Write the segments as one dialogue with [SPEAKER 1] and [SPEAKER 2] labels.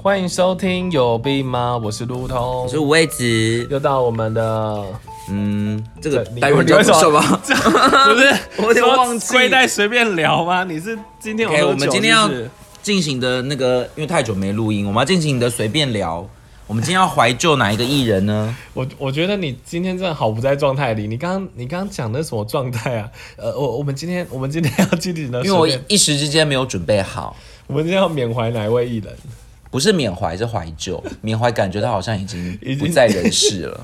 [SPEAKER 1] 欢迎收听有病吗？我是路通
[SPEAKER 2] 我，是五味子，
[SPEAKER 1] 又到我们 的
[SPEAKER 2] 嗯，这个
[SPEAKER 1] 对你
[SPEAKER 2] 单元叫做什么？
[SPEAKER 1] 不是
[SPEAKER 2] 我有点忘记
[SPEAKER 1] 说龟带随便聊吗？你是今天有
[SPEAKER 2] OK，
[SPEAKER 1] 喝酒
[SPEAKER 2] 我们今天要
[SPEAKER 1] 是不是
[SPEAKER 2] 进行的那个，因为太久没录音，我们要进行的随便聊。我们今天要怀旧哪一个艺人呢？
[SPEAKER 1] 我我觉得你今天真的好不在状态里。你刚刚你刚刚讲的什么状态啊？呃，我我们今天我们今天要进行的，
[SPEAKER 2] 因为我一时之间没有准备好，
[SPEAKER 1] 我们今天要缅怀哪一位艺人？
[SPEAKER 2] 不是缅怀，是怀旧。缅怀感觉他好像已经
[SPEAKER 1] 已经
[SPEAKER 2] 不在人世 了。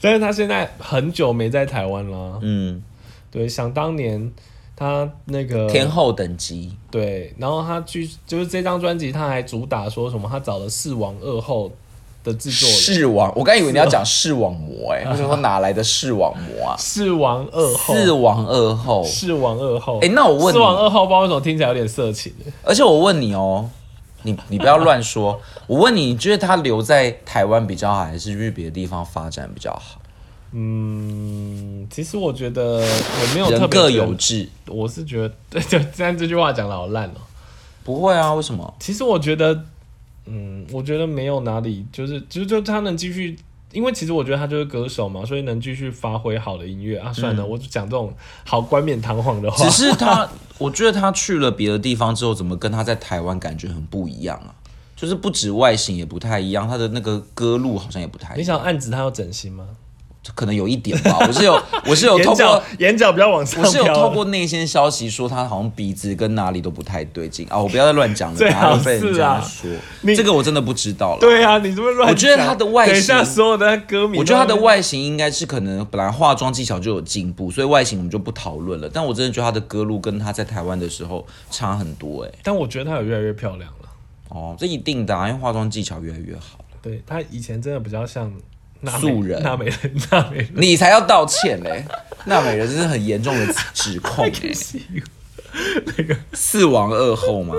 [SPEAKER 1] 但是他现在很久没在台湾了。
[SPEAKER 2] 嗯，
[SPEAKER 1] 对，想当年他那个
[SPEAKER 2] 天后等级，
[SPEAKER 1] 对，然后他去就是这张专辑，他还主打说什么？他找了四王二后的制作人，
[SPEAKER 2] 视网，我刚以为你要 讲视网膜、哎，我想说哪来的视网膜啊？
[SPEAKER 1] 四王二后，
[SPEAKER 2] 视网二后，
[SPEAKER 1] 四王二后。
[SPEAKER 2] 哎、那我问
[SPEAKER 1] 四
[SPEAKER 2] 你，
[SPEAKER 1] 王二后，不知道为什么听起来有点色情。
[SPEAKER 2] 而且我问你哦，你你不要乱说。 我问你，你觉得他留在台湾比较好，还是去别的地方发展比较好？
[SPEAKER 1] 嗯，其实我觉得我没有特
[SPEAKER 2] 人
[SPEAKER 1] 别
[SPEAKER 2] 各
[SPEAKER 1] 觉得
[SPEAKER 2] 有志，
[SPEAKER 1] 我是觉得， 对对，虽然这句话讲的好烂哦、
[SPEAKER 2] 不会啊？为什么？
[SPEAKER 1] 其实我觉得，嗯，我觉得没有哪里，就是就就他能继续，因为其实我觉得他就是歌手嘛，所以能继续发挥好的音乐啊。算了，
[SPEAKER 2] 嗯
[SPEAKER 1] 我就讲这种好冠冕堂皇的话
[SPEAKER 2] 只。是他， 我觉得他去了别的地方之后，怎么跟他在台湾感觉很不一样啊？就是不止外形也不太一样，他的那个歌路好像也不太一
[SPEAKER 1] 你
[SPEAKER 2] 样，
[SPEAKER 1] 想暗指他要整形吗？
[SPEAKER 2] 可能有一点 吧。我是有，我是有
[SPEAKER 1] 眼
[SPEAKER 2] 透
[SPEAKER 1] 角
[SPEAKER 2] 过。
[SPEAKER 1] 眼角不要往上
[SPEAKER 2] 我是有
[SPEAKER 1] 飘
[SPEAKER 2] 透过内线消息说他好像鼻子跟哪里都不太对劲啊！我不要再乱讲了，
[SPEAKER 1] 最
[SPEAKER 2] 等
[SPEAKER 1] 好
[SPEAKER 2] 下又被人
[SPEAKER 1] 是啊
[SPEAKER 2] 家说
[SPEAKER 1] 你。
[SPEAKER 2] 这个我真的不知道 了。
[SPEAKER 1] 对啊，你这么乱讲，
[SPEAKER 2] 我觉得他的外形
[SPEAKER 1] 等一下所有的歌迷，
[SPEAKER 2] 我觉得他的，外形应该是可能本来化妆技巧就有进步，所以外形我们就不讨论了。但我真的觉得他的歌路跟他在台湾的时候差很多哎、
[SPEAKER 1] 但我觉得他有越来越漂亮了。
[SPEAKER 2] 哦，这一定的、啊，因为化妆技巧越来越好了。
[SPEAKER 1] 对他以前真的比较像娜美
[SPEAKER 2] 素人
[SPEAKER 1] 娜美 人、娜美人。
[SPEAKER 2] 你才要道歉嘞、那美人真是很严重的指控哎、
[SPEAKER 1] 那个
[SPEAKER 2] 四王二后吗？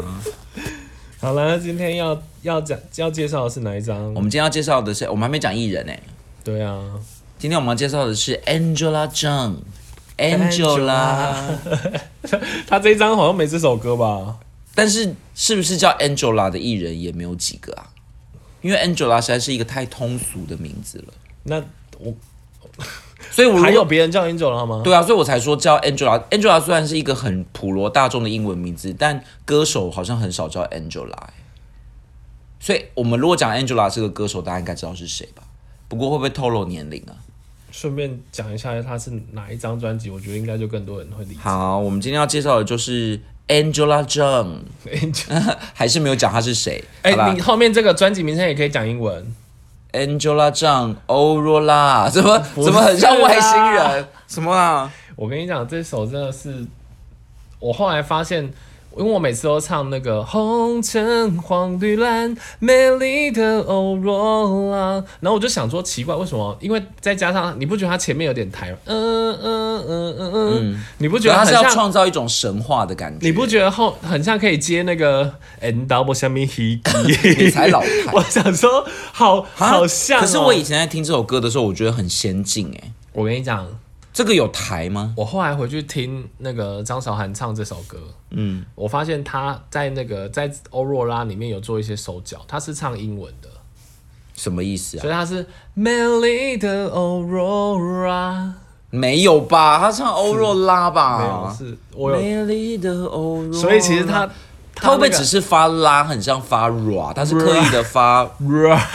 [SPEAKER 1] 好了，那今天要要讲要介绍的是哪一张
[SPEAKER 2] 我？们今天要介绍的是，我们还没讲艺人哎、
[SPEAKER 1] 对啊，
[SPEAKER 2] 今天我们要介绍的是 Angela Jung。Angela，
[SPEAKER 1] 他这一张好像没这首歌吧？
[SPEAKER 2] 但是是不是叫 Angela 的艺人也没有几个啊？因为 Angela 实在是一个太通俗的名字了。
[SPEAKER 1] 那我
[SPEAKER 2] 所以我如果
[SPEAKER 1] 还有别人叫 Angela 吗？
[SPEAKER 2] 对啊，所以我才说叫 Angela。Angela 虽然是一个很普罗大众的英文名字，但歌手好像很少叫 Angela 欸、所以我们如果讲 Angela 是个歌手，大家应该知道是谁吧？不过会不会透露年龄啊？
[SPEAKER 1] 顺便讲一下他是哪一张专辑，我觉得应该就更多人会理解。
[SPEAKER 2] 好，我们今天要介绍的就是 Angela Jung，
[SPEAKER 1] Angela，
[SPEAKER 2] 还是没有讲她是谁？
[SPEAKER 1] 哎、
[SPEAKER 2] 好吧
[SPEAKER 1] 你后面这个专辑名称也可以讲英文。
[SPEAKER 2] Angela Jung Aurora，怎么
[SPEAKER 1] 不是啊
[SPEAKER 2] 怎么很像外星
[SPEAKER 1] 啦
[SPEAKER 2] 人？什么啊？
[SPEAKER 1] 我跟你讲，这首真的是我后来发现，因为我每次都唱那个红橙黄绿蓝，美丽的欧若拉，然后我就想说奇怪，为什么？因为再加上你不觉得它前面有点台，嗯嗯嗯嗯嗯，你不觉得
[SPEAKER 2] 他
[SPEAKER 1] 很
[SPEAKER 2] 啊是要
[SPEAKER 1] 像？
[SPEAKER 2] 创造一种神话的感觉。
[SPEAKER 1] 你不觉得后很像可以接那个 N double 下面 he？你
[SPEAKER 2] 你才老派
[SPEAKER 1] 我想说好
[SPEAKER 2] 啊
[SPEAKER 1] 好像哦、
[SPEAKER 2] 可是我以前在听这首歌的时候，我觉得很先进哎、
[SPEAKER 1] 我跟你讲，
[SPEAKER 2] 这个有台吗？
[SPEAKER 1] 我后来回去听那个张韶涵唱这首歌，嗯，我发现她在那个在《欧若拉》里面有做一些手脚，她是唱英文的，
[SPEAKER 2] 什么意思啊
[SPEAKER 1] 所？以她是美丽的欧若拉，
[SPEAKER 2] 没有吧？他唱欧若拉
[SPEAKER 1] 没有
[SPEAKER 2] 吧？
[SPEAKER 1] 是，我有，
[SPEAKER 2] 美丽的欧若拉。
[SPEAKER 1] 啊所以其实她
[SPEAKER 2] 他会不会只
[SPEAKER 1] 是
[SPEAKER 2] 是发拉，很像发 ra？他是刻意的发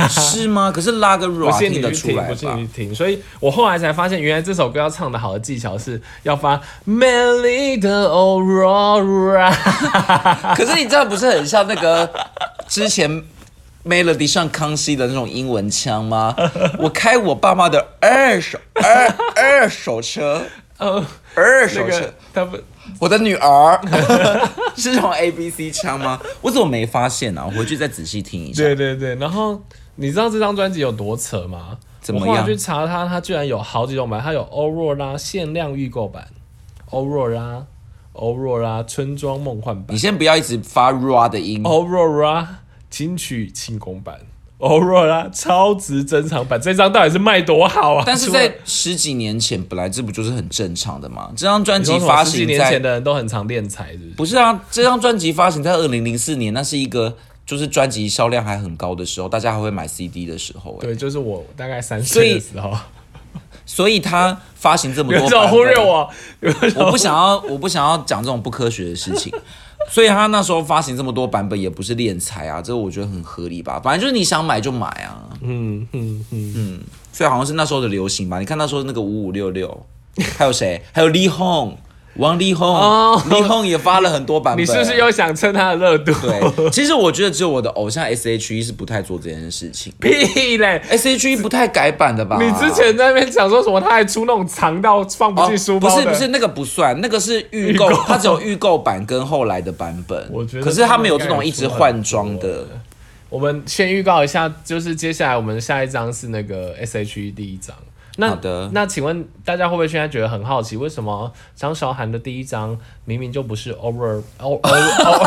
[SPEAKER 2] 是吗？可是拉 跟
[SPEAKER 1] 不
[SPEAKER 2] ra
[SPEAKER 1] 信你
[SPEAKER 2] 听得
[SPEAKER 1] 去
[SPEAKER 2] 出
[SPEAKER 1] 听，
[SPEAKER 2] 来
[SPEAKER 1] 不信
[SPEAKER 2] 吧
[SPEAKER 1] 你？去听，所以我后来才发现，原来这首歌要唱的好的技巧是要发美丽的欧若拉，
[SPEAKER 2] 可是你这样不是很像那个之前 melody 上康熙的那种英文 腔吗？我开我爸妈的二手二二手车，
[SPEAKER 1] 呃，
[SPEAKER 2] 二手
[SPEAKER 1] 那
[SPEAKER 2] 车。
[SPEAKER 1] 个他不。
[SPEAKER 2] 我的女儿 是这种 A B C 腔吗？我怎么没发现呢、啊？我回去再仔细听一下。
[SPEAKER 1] 对对对，然后你知道这张专辑有多扯吗？
[SPEAKER 2] 怎么
[SPEAKER 1] 我后来
[SPEAKER 2] 样
[SPEAKER 1] 去查它，它居然有好几种版，它有欧若拉限量预购版、欧若拉、欧若拉村庄梦幻版
[SPEAKER 2] 你、先不要一直发 ra 的音，
[SPEAKER 1] 欧若拉金曲庆功版、欧若拉超值珍藏版，这张到底是卖多好啊！
[SPEAKER 2] 但是
[SPEAKER 1] 除了
[SPEAKER 2] 在十几年前，本来这不就是很正常的吗？这张专
[SPEAKER 1] 你说
[SPEAKER 2] 辑
[SPEAKER 1] 什么
[SPEAKER 2] 发
[SPEAKER 1] 十几
[SPEAKER 2] 行
[SPEAKER 1] 年前
[SPEAKER 2] 在
[SPEAKER 1] 的人都很常练财，是不是？
[SPEAKER 2] 不是啊，这张专辑发行在二零零四年，那是一个就是专辑销量还很高的时候，大家还会买 CD 的时候、欸，
[SPEAKER 1] 对，就是我大概三
[SPEAKER 2] 所
[SPEAKER 1] 岁
[SPEAKER 2] 以
[SPEAKER 1] 的时候，
[SPEAKER 2] 所以他发行这么
[SPEAKER 1] 有
[SPEAKER 2] 多，
[SPEAKER 1] 这种忽略。我，有这种
[SPEAKER 2] 我不想要，我不想要讲这种不科学的事情。 所以他那时候发行这么多版本，也不是敛财啊，这我觉得很合理吧。反正就是你想买就买啊，
[SPEAKER 1] 嗯嗯嗯，
[SPEAKER 2] 所以好像是那时候的流行吧。你看那时候那个五五六六，还有谁？ 还有李红，王力宏，
[SPEAKER 1] 哦
[SPEAKER 2] 李红也发了很多版 本。
[SPEAKER 1] 你是不是又想蹭他的热度？
[SPEAKER 2] 对？其实我觉得只有我的偶像 S.H.E 是不太做这件事情
[SPEAKER 1] 屁嘞！
[SPEAKER 2] ，S.H.E 不太改版的吧？
[SPEAKER 1] 你之前在那边讲说什么？他还出那种长到放不
[SPEAKER 2] 哦
[SPEAKER 1] 进书
[SPEAKER 2] 不
[SPEAKER 1] 包
[SPEAKER 2] 是
[SPEAKER 1] 的，
[SPEAKER 2] 不是那个不算，那个是预购
[SPEAKER 1] 预购，
[SPEAKER 2] 它只有预购版跟后来的版本。
[SPEAKER 1] 我觉得
[SPEAKER 2] 可是他们有这种一直换装
[SPEAKER 1] 他们应
[SPEAKER 2] 的
[SPEAKER 1] 该有出很多，我们先预告一下，就是接下来我们下一张是那个 S.H.E 第一张。那
[SPEAKER 2] 好的
[SPEAKER 1] 那请问大家会不会现在觉得很好奇，为什么张韶涵的第一张明明就不是 Over o v
[SPEAKER 2] 你知道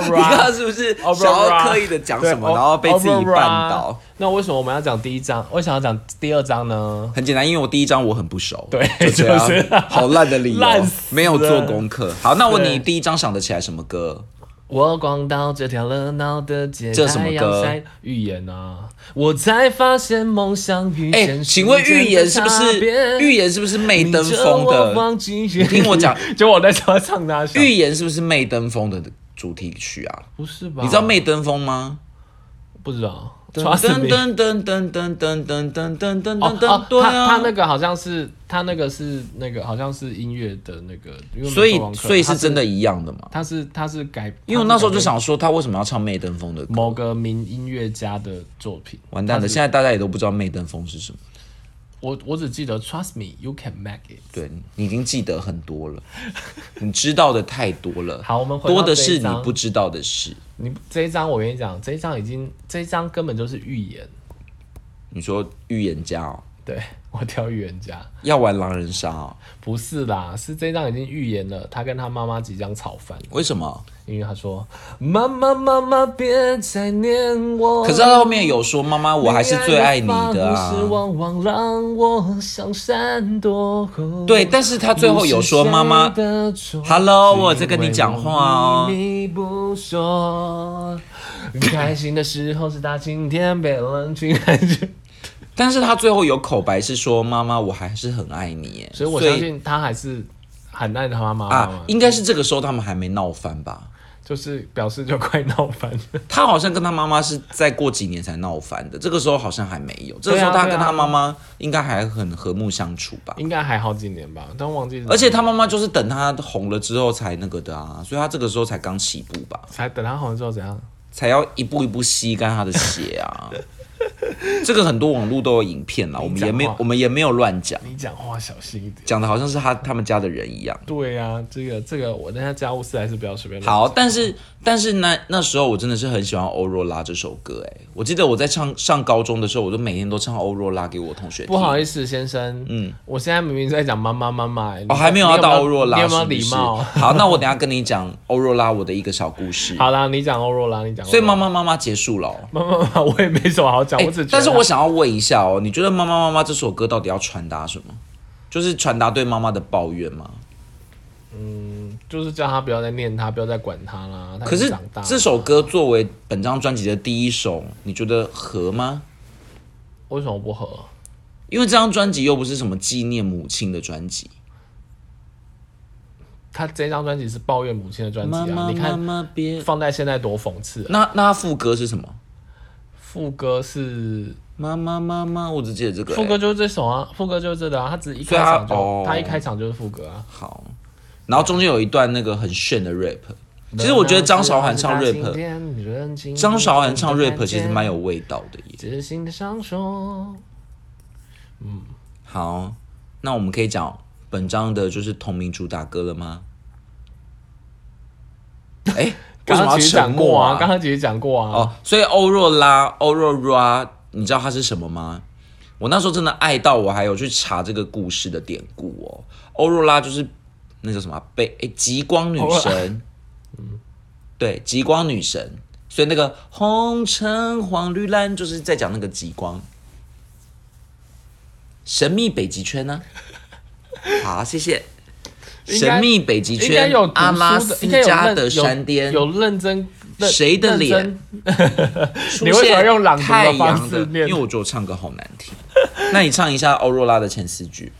[SPEAKER 1] Aurora？
[SPEAKER 2] 是不是
[SPEAKER 1] Aurora
[SPEAKER 2] 想要刻意的讲什么，
[SPEAKER 1] 对
[SPEAKER 2] 然后被自己绊倒？。
[SPEAKER 1] Aurora 那为什么我们要讲第一张？为什么要讲第二张呢？
[SPEAKER 2] 很简单，因为我第一张我很不熟，
[SPEAKER 1] 对
[SPEAKER 2] 就这样
[SPEAKER 1] 就是啊
[SPEAKER 2] 好烂的理由
[SPEAKER 1] 烂死了，
[SPEAKER 2] 没有做功课。好，那我
[SPEAKER 1] 对
[SPEAKER 2] 你第一张想得起来什么歌？
[SPEAKER 1] 我逛到这条热闹的街，
[SPEAKER 2] 这什么歌
[SPEAKER 1] 太阳晒？预言啊！我才发现梦想与
[SPEAKER 2] 哎、
[SPEAKER 1] 现实
[SPEAKER 2] 请问预言是不
[SPEAKER 1] 真的差别
[SPEAKER 2] 是预言是不是媚登
[SPEAKER 1] 你
[SPEAKER 2] 峰
[SPEAKER 1] 叫我
[SPEAKER 2] 的？
[SPEAKER 1] 忘记你
[SPEAKER 2] 听 我讲，
[SPEAKER 1] 就我那时候唱他小
[SPEAKER 2] 预言是不是媚登峰的主题曲啊？
[SPEAKER 1] 不是吧？
[SPEAKER 2] 你知道媚登峰吗？
[SPEAKER 1] 不知道？
[SPEAKER 2] 噔
[SPEAKER 1] 抓死
[SPEAKER 2] 噔
[SPEAKER 1] 你！
[SPEAKER 2] 噔噔噔噔噔噔噔噔噔
[SPEAKER 1] 哦
[SPEAKER 2] 噔
[SPEAKER 1] 哦
[SPEAKER 2] 噔，，对
[SPEAKER 1] 他他
[SPEAKER 2] 啊
[SPEAKER 1] 那，个好像是他那个是那个好像是音乐的那个，因为我们
[SPEAKER 2] 所以
[SPEAKER 1] 做网课
[SPEAKER 2] 所以
[SPEAKER 1] 他
[SPEAKER 2] 是真的一样的嘛？
[SPEAKER 1] 他是他是改，
[SPEAKER 2] 因为我那时候
[SPEAKER 1] 他
[SPEAKER 2] 就是
[SPEAKER 1] 改
[SPEAKER 2] 想说，他为什么要唱《媚登峰》的歌？
[SPEAKER 1] 某个名音乐家的作品，
[SPEAKER 2] 完蛋了，现在大家也都不知道《媚登峰》是什么。
[SPEAKER 1] 我我只记得 Trust me, you can make it。
[SPEAKER 2] 对你已经记得很多 了，你知道的太多了，
[SPEAKER 1] 好我们回到
[SPEAKER 2] 多的
[SPEAKER 1] 这
[SPEAKER 2] 是
[SPEAKER 1] 一
[SPEAKER 2] 你
[SPEAKER 1] 张
[SPEAKER 2] 不知道的事。
[SPEAKER 1] 你这一张我跟你讲，这一张已经这一张根本就是预言，
[SPEAKER 2] 你说预言家哦，
[SPEAKER 1] 对 我挑预言家，
[SPEAKER 2] 要玩狼人杀哦？
[SPEAKER 1] 不是啦，是这一张已经预言了，他跟他妈妈即将吵翻，
[SPEAKER 2] 为什么？
[SPEAKER 1] 因为他说妈妈妈妈别再念我，
[SPEAKER 2] 可是他后面有说妈妈，我还是最爱你的啊
[SPEAKER 1] 方式。往往让我想闪躲，
[SPEAKER 2] 对，但是他最后有说妈妈
[SPEAKER 1] 不是谁的错
[SPEAKER 2] Hello，我在跟你讲话哦
[SPEAKER 1] 因为我你不说，开心的时候是大晴天，被冷清感觉。
[SPEAKER 2] 但是他最后有口白是说：“妈妈，我还是很爱你。”耶。”
[SPEAKER 1] 所以我相信他还是很爱他妈妈
[SPEAKER 2] 啊
[SPEAKER 1] 嘛，，
[SPEAKER 2] 应该是这个时候他们还没闹翻吧？
[SPEAKER 1] 就是表示就快闹翻了。
[SPEAKER 2] 他好像跟他妈妈是再过几年才闹翻的，这个时候好像还没有。这
[SPEAKER 1] 啊
[SPEAKER 2] 个时候他
[SPEAKER 1] 对啊
[SPEAKER 2] 跟他妈妈应该还很和睦相处吧？
[SPEAKER 1] 应该还好几年吧，但忘记是哪一年。
[SPEAKER 2] 而且他妈妈就是等他红了之后才那个的啊，所以他这个时候才刚起步吧，
[SPEAKER 1] 才等他红了之后怎样？
[SPEAKER 2] 才要一步一步吸干他的血 啊。这个很多网络都有影片啦，我们也没
[SPEAKER 1] 你讲话
[SPEAKER 2] 有我们也没有乱讲，
[SPEAKER 1] 你讲话小心一点。
[SPEAKER 2] 讲的好像是他他们家的人一样。
[SPEAKER 1] 对呀、啊，这个这个，我那家家务事还是不要随便乱
[SPEAKER 2] 好，但是但是那那时候我真的是很喜欢《欧若拉》这首歌，哎，我记得我在唱上高中的时候，我就每天都唱《欧若拉》给我同学听。
[SPEAKER 1] 不好意思，先生，嗯，我现在明明在讲妈妈妈妈，
[SPEAKER 2] 哦，还没有要到欧若拉，
[SPEAKER 1] 你有没有
[SPEAKER 2] 是不
[SPEAKER 1] 礼
[SPEAKER 2] 是
[SPEAKER 1] 貌？
[SPEAKER 2] 好，那我等一下跟你讲欧若拉我的一个小故事。
[SPEAKER 1] 好啦，你讲欧若拉，你讲欧若拉，
[SPEAKER 2] 所以妈妈妈妈结束了哦、
[SPEAKER 1] 妈妈妈妈，我也没什么好讲，
[SPEAKER 2] 哎
[SPEAKER 1] 我只觉得
[SPEAKER 2] 但是我想要问一下哦，你觉得《妈妈妈妈》这首歌到底要传达什么？就是传达对妈妈的抱怨吗？
[SPEAKER 1] 就是叫他不要再念他，不要再管他啦。他已
[SPEAKER 2] 可
[SPEAKER 1] 经
[SPEAKER 2] 是
[SPEAKER 1] 长大了
[SPEAKER 2] 这首歌作为本张专辑的第一首，你觉得合吗？
[SPEAKER 1] 为什么不合？
[SPEAKER 2] 因为这张专辑又不是什么纪念母亲的专辑。
[SPEAKER 1] 他这张专辑是抱怨母亲的专辑啊，
[SPEAKER 2] 妈妈
[SPEAKER 1] 你看
[SPEAKER 2] 妈妈别。
[SPEAKER 1] 放在现在多讽刺、啊。
[SPEAKER 2] 那那它副歌是什么？
[SPEAKER 1] 副歌是
[SPEAKER 2] 妈妈妈妈，我只记得这个、
[SPEAKER 1] 副
[SPEAKER 2] 欸
[SPEAKER 1] 歌就是这首啊，副歌就是这个啊，他只一开场就
[SPEAKER 2] 所以他哦
[SPEAKER 1] 他一开场就是副歌啊。
[SPEAKER 2] 好，然后中间有一段那个很炫的 rap。其实我觉得张韶涵唱 rap，张韶涵唱 rap 其实蛮有味道的耶。
[SPEAKER 1] 知心的上说，
[SPEAKER 2] 好，那我们可以讲本章的就是同名主打歌了吗？哎、为
[SPEAKER 1] 刚
[SPEAKER 2] 什么要
[SPEAKER 1] 刚其实
[SPEAKER 2] 沉
[SPEAKER 1] 讲
[SPEAKER 2] 默
[SPEAKER 1] 过啊，刚刚其实讲过啊。
[SPEAKER 2] 哦，所以欧若拉、欧若拉，你知道它是什么吗？我那时候真的爱到我还有去查这个故事的典故哦。欧若拉就是那叫什么啊被诶极光女
[SPEAKER 1] 欧
[SPEAKER 2] 神，嗯，对，极光女神。所以那个红橙黄绿蓝就是在讲那个极光，神秘北极圈 呢、好，谢谢。
[SPEAKER 1] 应该
[SPEAKER 2] 神秘北极
[SPEAKER 1] 应该
[SPEAKER 2] 圈
[SPEAKER 1] 有，读
[SPEAKER 2] 阿拉
[SPEAKER 1] 书的
[SPEAKER 2] 斯
[SPEAKER 1] 应该有
[SPEAKER 2] 加
[SPEAKER 1] 认
[SPEAKER 2] 的山巅，
[SPEAKER 1] 有有认真认
[SPEAKER 2] 谁的
[SPEAKER 1] 认
[SPEAKER 2] 脸
[SPEAKER 1] 真
[SPEAKER 2] 出
[SPEAKER 1] 你为什么
[SPEAKER 2] 现
[SPEAKER 1] 用朗读的
[SPEAKER 2] 太
[SPEAKER 1] 方
[SPEAKER 2] 阳
[SPEAKER 1] 式
[SPEAKER 2] 的？
[SPEAKER 1] 念
[SPEAKER 2] 因为我觉得我唱歌好难听。 那你唱一下欧若拉的前四句。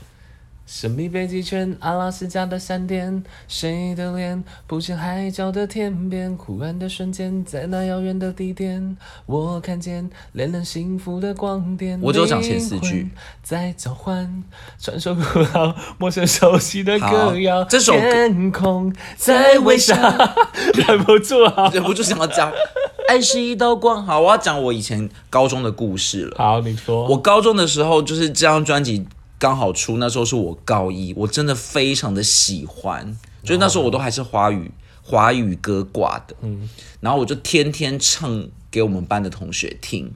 [SPEAKER 1] 神秘北极圈，阿拉斯加的山巅，谁的脸不见海角的天边？忽然的瞬间，在那遥远的地点，我看见恋人幸福的光点。
[SPEAKER 2] 我只有讲前四句
[SPEAKER 1] 灵魂在召唤，传说古老、陌生、熟悉的歌谣。
[SPEAKER 2] 好这首歌
[SPEAKER 1] 天空在微笑， 忍不住啊！
[SPEAKER 2] 忍不住想要讲，爱是一道光。好，我要讲我以前高中的故事了。
[SPEAKER 1] 好，你说。
[SPEAKER 2] 我高中的时候，就是这张专辑刚好出，那时候是我高一，我真的非常的喜欢，就是那时候我都还是华语华语歌挂的，嗯，然后我就天天唱给我们班的同学听，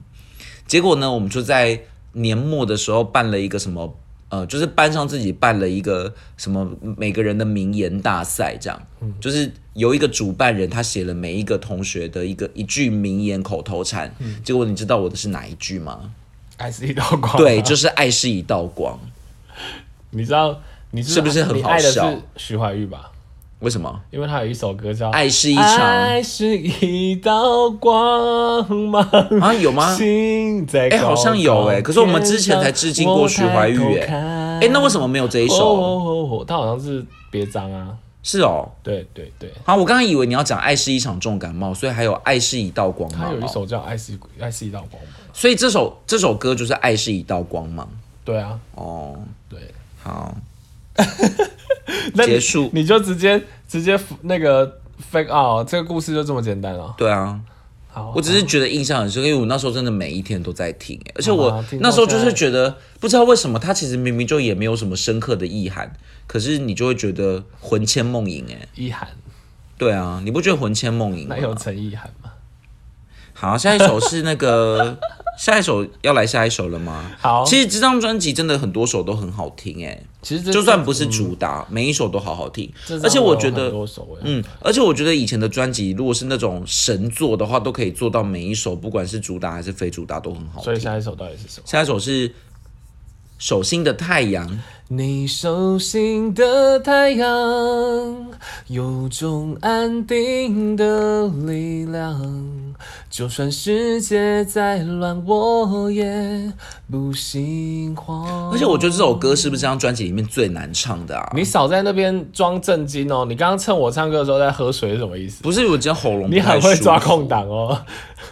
[SPEAKER 2] 结果呢，我们就在年末的时候办了一个什么，呃，就是班上自己办了一个什么每个人的名言大赛，这样，就是有一个主办人他写了每一个同学的一个一句名言口头禅，结果你知道我的是哪一句吗？
[SPEAKER 1] 还是一道光。啊
[SPEAKER 2] 对，就是爱是一道光。
[SPEAKER 1] 你知道你
[SPEAKER 2] 是不是很
[SPEAKER 1] 你
[SPEAKER 2] 好
[SPEAKER 1] 爱的
[SPEAKER 2] 笑
[SPEAKER 1] 是徐怀钰吧？
[SPEAKER 2] 为什么？
[SPEAKER 1] 因为他有一首歌叫《
[SPEAKER 2] 爱是一场
[SPEAKER 1] 爱是一道光芒。
[SPEAKER 2] 啊？有吗？
[SPEAKER 1] 心在
[SPEAKER 2] 哎好像有哎可是我们之前才致敬过徐怀钰哎
[SPEAKER 1] 哎
[SPEAKER 2] 哎、那为什么没有这一
[SPEAKER 1] 么哦
[SPEAKER 2] 首？
[SPEAKER 1] 哦哦哦，他好像是别章啊。
[SPEAKER 2] 是哦，
[SPEAKER 1] 对对对，
[SPEAKER 2] 啊，我刚刚以为你要讲爱是一场重感冒，所以还有爱是一道光
[SPEAKER 1] 他
[SPEAKER 2] 芒
[SPEAKER 1] 有一
[SPEAKER 2] 哦。
[SPEAKER 1] 首叫《爱是爱是一道光芒》。
[SPEAKER 2] 所以这首这首歌就是爱是一道光芒
[SPEAKER 1] 对啊，
[SPEAKER 2] 哦。
[SPEAKER 1] 对。
[SPEAKER 2] 好，
[SPEAKER 1] 那你
[SPEAKER 2] 结束
[SPEAKER 1] 你就直接直接那个 fake out，这个故事就这么简单了。
[SPEAKER 2] 对啊，
[SPEAKER 1] 好，
[SPEAKER 2] 我只是觉得印象很深，因为我那时候真的每一天都在听，而且我
[SPEAKER 1] 啊听到
[SPEAKER 2] 那时候就
[SPEAKER 1] 现在
[SPEAKER 2] 是觉得不知道为什么，它其实明明就也没有什么深刻的意涵，可是你就会觉得魂牵梦萦哎。
[SPEAKER 1] 意涵，
[SPEAKER 2] 对啊，你不觉得魂牵梦萦吗
[SPEAKER 1] 那？有陈意涵吗？
[SPEAKER 2] 好，下一首是那个， 下一首要来下一首了吗？
[SPEAKER 1] 好
[SPEAKER 2] 其实这张专辑真的很多首都很好听哎、
[SPEAKER 1] 其实这
[SPEAKER 2] 就算不是主打，
[SPEAKER 1] 嗯
[SPEAKER 2] 每一首都好好听
[SPEAKER 1] 这张，
[SPEAKER 2] 而且我
[SPEAKER 1] 有
[SPEAKER 2] 觉
[SPEAKER 1] 很
[SPEAKER 2] 得。
[SPEAKER 1] 多首哎
[SPEAKER 2] 嗯，而且我觉得以前的专辑，如果是那种神作的话，都可以做到每一首，不管是主打还是非主打，都很好
[SPEAKER 1] 所以
[SPEAKER 2] 听。
[SPEAKER 1] 下一首到底是什么？
[SPEAKER 2] 下一首是《手心的太阳》，
[SPEAKER 1] 嗯你手心的太阳，有种安定的力量。就算世界再乱，我也不心慌。
[SPEAKER 2] 而且我觉得这首歌是不是这张专辑里面最难唱的啊？
[SPEAKER 1] 你少在那边装震惊哦！你刚刚趁我唱歌的时候在喝水是什么意思？
[SPEAKER 2] 不是，我今天喉咙
[SPEAKER 1] 你
[SPEAKER 2] 不太
[SPEAKER 1] 很会
[SPEAKER 2] 舒
[SPEAKER 1] 抓
[SPEAKER 2] 服
[SPEAKER 1] 空档哦。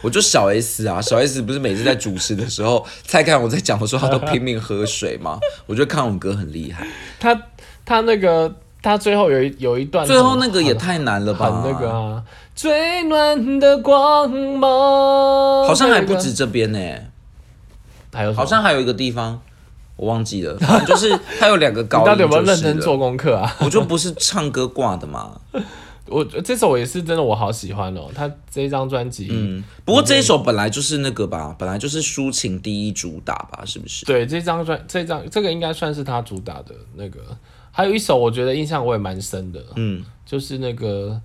[SPEAKER 2] 我就小 S 啊，小 S 不是每次在主持的时候，蔡康永在讲的时候，他都拼命喝水 嘛。我觉得康永哥很厉害，
[SPEAKER 1] 他他那个他最后有一有一段，
[SPEAKER 2] 最后那个也太难了吧？
[SPEAKER 1] 很那个啊，最暖的光芒，
[SPEAKER 2] 好像还不
[SPEAKER 1] 这个
[SPEAKER 2] 止，这边呢、
[SPEAKER 1] 还有什么
[SPEAKER 2] 好像还有一个地方我忘记了，反正就是他有两个高
[SPEAKER 1] 哦 你
[SPEAKER 2] 音，
[SPEAKER 1] 到底有没有认真
[SPEAKER 2] 就是了
[SPEAKER 1] 做？功课啊？
[SPEAKER 2] 我就不是唱歌挂的嘛。
[SPEAKER 1] 我这首也是真的，我好喜欢哦。他这一张专辑，
[SPEAKER 2] 嗯，不过这一首本来就是那个吧，本来就是抒情第一主打吧，是不是？
[SPEAKER 1] 对这张专这张这个应该算是他主打的那个。还有一首我觉得印象我也蛮深的，
[SPEAKER 2] 嗯，
[SPEAKER 1] 就是那个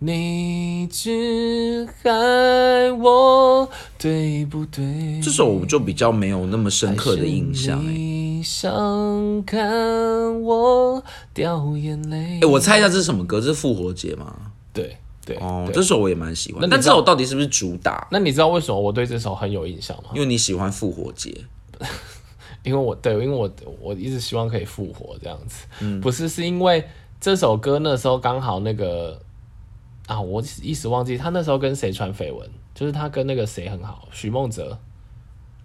[SPEAKER 1] 你只爱我，对不对？
[SPEAKER 2] 这首我就比较没有那么深刻的印象哎、
[SPEAKER 1] 还是你想看我掉眼泪？
[SPEAKER 2] 哎、我猜一下这是什么歌？这是复活节吗？
[SPEAKER 1] 对对
[SPEAKER 2] 哦，
[SPEAKER 1] 对
[SPEAKER 2] 这首我也蛮喜欢
[SPEAKER 1] 那，你
[SPEAKER 2] 但
[SPEAKER 1] 知
[SPEAKER 2] 这
[SPEAKER 1] 道
[SPEAKER 2] 首到底是不是主打？
[SPEAKER 1] 那你知道为什么我对这首很有印象吗？
[SPEAKER 2] 因为你喜欢复活节，
[SPEAKER 1] 因为我对，因为我我一直希望可以复活这样子，
[SPEAKER 2] 嗯
[SPEAKER 1] 不是是因为这首歌那时候刚好那个啊，我一时忘记他那时候跟谁传绯闻，就是他跟那个谁很好，许梦哲，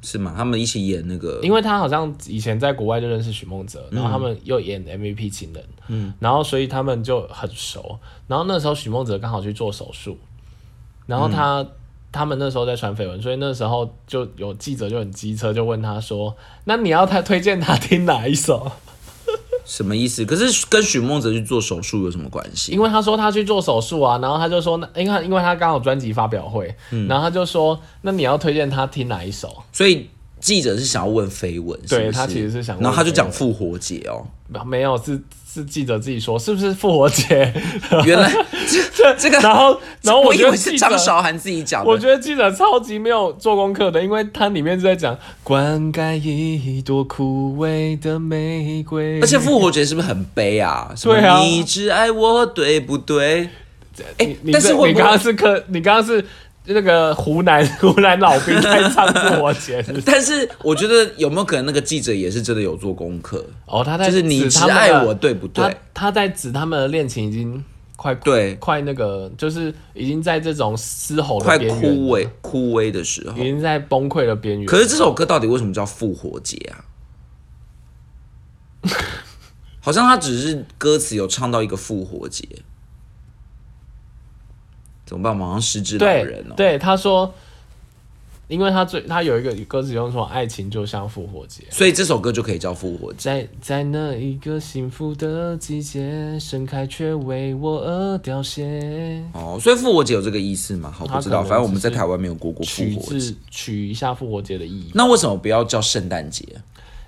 [SPEAKER 2] 是吗？他们一起演那个，
[SPEAKER 1] 因为他好像以前在国外就认识许梦哲，然后他们又演 MVP 情人，嗯，然后所以他们就很熟，然后那时候许梦哲刚好去做手术，然后他、嗯他们那时候在传绯闻，所以那时候就有记者就很机车，就问他说：“那你要他推荐他听哪一首？”
[SPEAKER 2] 什么意思？可是跟许梦哲去做手术有什么关系？
[SPEAKER 1] 因为他说他去做手术啊，然后他就说，那因为他因为他刚好专辑发表会，然后他就说，那你要推荐他听哪一首？
[SPEAKER 2] 所以记者是想要问绯闻，
[SPEAKER 1] 对
[SPEAKER 2] 是不
[SPEAKER 1] 他其实是想问
[SPEAKER 2] 然后他就
[SPEAKER 1] 绯闻
[SPEAKER 2] 讲复活节哦，
[SPEAKER 1] 没有，是是记者自己说，是不是复活节？
[SPEAKER 2] 原来这这个，
[SPEAKER 1] 然 后然后
[SPEAKER 2] 我以
[SPEAKER 1] 觉得
[SPEAKER 2] 为
[SPEAKER 1] 记
[SPEAKER 2] 是
[SPEAKER 1] 者
[SPEAKER 2] 张。韶涵自己讲
[SPEAKER 1] 我
[SPEAKER 2] 的。
[SPEAKER 1] 觉得记者超级没有做功课的，因为它里面就在讲灌溉一朵枯萎的玫瑰，
[SPEAKER 2] 而且复活节是不是很悲啊？什么
[SPEAKER 1] 对啊
[SPEAKER 2] 你只爱我，对不对？
[SPEAKER 1] 哎
[SPEAKER 2] 但是会
[SPEAKER 1] 你
[SPEAKER 2] 不
[SPEAKER 1] 刚
[SPEAKER 2] 会
[SPEAKER 1] 刚是客，你刚刚是那个湖南 湖南老兵在唱自我节 日
[SPEAKER 2] 但是我觉得有没有可能那个记者也是真的有做功课？
[SPEAKER 1] 哦，他在
[SPEAKER 2] 就是你
[SPEAKER 1] 指
[SPEAKER 2] 只
[SPEAKER 1] 他们的
[SPEAKER 2] 爱我，对不对
[SPEAKER 1] 他？他在指他们的恋情已经快
[SPEAKER 2] 对
[SPEAKER 1] 快那个，就是已经在这种嘶吼
[SPEAKER 2] 快
[SPEAKER 1] 的边缘，
[SPEAKER 2] 枯萎枯萎的时候
[SPEAKER 1] 已。经在崩溃的边缘。
[SPEAKER 2] 可是这首歌到底为什么叫复活节啊？ 好像他只是歌词有唱到一个复活节，怎么办？马上失智老
[SPEAKER 1] 对
[SPEAKER 2] 人哦。
[SPEAKER 1] 对，他说，因为他最他有一个歌词用说爱情就像复活节。
[SPEAKER 2] 所以这首歌就可以叫复活节。
[SPEAKER 1] 在在那一个幸福的季节，盛开却为我而凋谢。
[SPEAKER 2] 哦，所以复活节有这个意思吗？好，不知
[SPEAKER 1] 它可
[SPEAKER 2] 道，
[SPEAKER 1] 能
[SPEAKER 2] 反正我们在
[SPEAKER 1] 只是
[SPEAKER 2] 台湾没有过过复
[SPEAKER 1] 取
[SPEAKER 2] 活节
[SPEAKER 1] 自。取一下复活节的意义，
[SPEAKER 2] 那为什么不要叫圣诞节？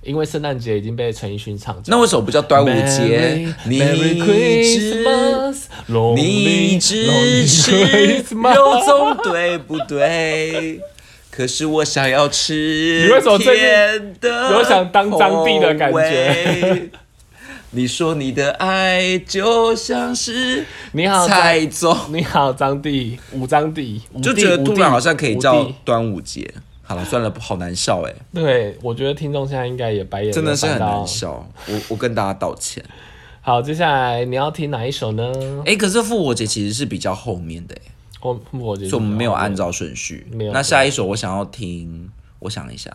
[SPEAKER 1] 因为圣诞节已经被陈奕迅唱走。
[SPEAKER 2] 那为什么不叫端午节
[SPEAKER 1] Merry-？
[SPEAKER 2] 你
[SPEAKER 1] Merry
[SPEAKER 2] 知
[SPEAKER 1] Christmas, Lonely-
[SPEAKER 2] 你只
[SPEAKER 1] Lonely
[SPEAKER 2] 吃
[SPEAKER 1] Christmas
[SPEAKER 2] 肉粽，对不对？可是我想要吃
[SPEAKER 1] 你为什么最近
[SPEAKER 2] 甜的
[SPEAKER 1] 有想当张帝的感觉
[SPEAKER 2] 口味？你说你的爱就像是
[SPEAKER 1] 你好
[SPEAKER 2] 菜粽，
[SPEAKER 1] 你好，张帝，五张帝，五
[SPEAKER 2] 就
[SPEAKER 1] 帝
[SPEAKER 2] 觉得突然好像可以叫
[SPEAKER 1] 五帝
[SPEAKER 2] 端午节。好了，算了，好难笑哎、
[SPEAKER 1] 对，我觉得听众现在应该也白眼，
[SPEAKER 2] 真的是很
[SPEAKER 1] 到
[SPEAKER 2] 难。笑。我我跟大家道歉。
[SPEAKER 1] 好，接下来你要听哪一首呢？
[SPEAKER 2] 哎、可是复活节其实是比较后面的哎、
[SPEAKER 1] 我我觉得
[SPEAKER 2] 所以我们没有啊按照顺序
[SPEAKER 1] 没有。
[SPEAKER 2] 那下一首我想要听，我想一下，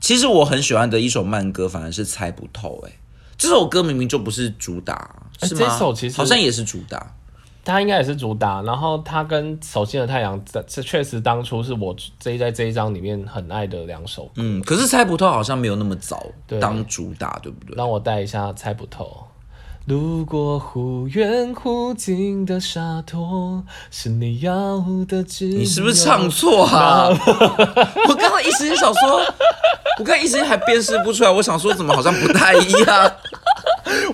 [SPEAKER 2] 其实我很喜欢的一首慢歌，反而是猜不透、欸。哎，这首歌明明就不是主打，
[SPEAKER 1] 哎
[SPEAKER 2] 是吗？
[SPEAKER 1] 这首其实
[SPEAKER 2] 好像也是主打，
[SPEAKER 1] 他应该也是主打，然后他跟《手心的太阳》这这确实当初是我这一在这一张里面很爱的两首，
[SPEAKER 2] 嗯，可是猜不透好像没有那么早
[SPEAKER 1] 对
[SPEAKER 2] 当主打，对不对？
[SPEAKER 1] 让我带一下猜不透。路过忽远忽近的沙滩，是你要的只
[SPEAKER 2] 你是不是
[SPEAKER 1] 有
[SPEAKER 2] 唱错啊？ 我刚刚一时想说，我刚刚一时还辨识不出来，我想说怎么好像不太一样。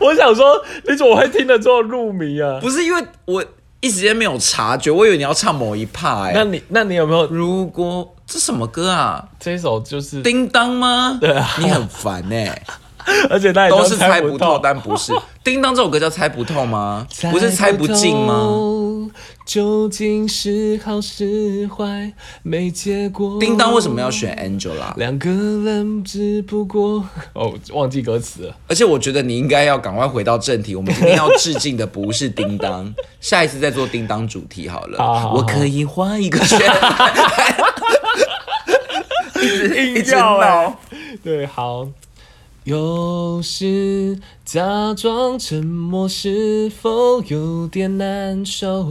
[SPEAKER 1] 我想说，你怎么会听了之后入迷啊？
[SPEAKER 2] 不是因为我一时间没有察觉，我以为你要唱某一趴哎、
[SPEAKER 1] 那你那你有没有
[SPEAKER 2] 如果这什么歌啊？
[SPEAKER 1] 这一首就是，
[SPEAKER 2] 叮当吗？
[SPEAKER 1] 对啊
[SPEAKER 2] 你很烦哎、
[SPEAKER 1] 而且那也
[SPEAKER 2] 都是猜
[SPEAKER 1] 不
[SPEAKER 2] 不透，，但不是叮当这首歌叫猜不透吗？不是猜不尽吗？
[SPEAKER 1] 透？究竟是好是坏，没结果。
[SPEAKER 2] 叮当为什么要啊选 Angela？
[SPEAKER 1] 两个人只不过……哦，忘记歌词了。
[SPEAKER 2] 而且我觉得你应该要赶快回到正题，我们今天要致敬的不是叮 当，下一次再做叮当主题好了。
[SPEAKER 1] 好好好
[SPEAKER 2] 我可以画一个圈，一直 一直
[SPEAKER 1] 要欸
[SPEAKER 2] 闹。
[SPEAKER 1] 对，好。有时假装沉默是否有点难受？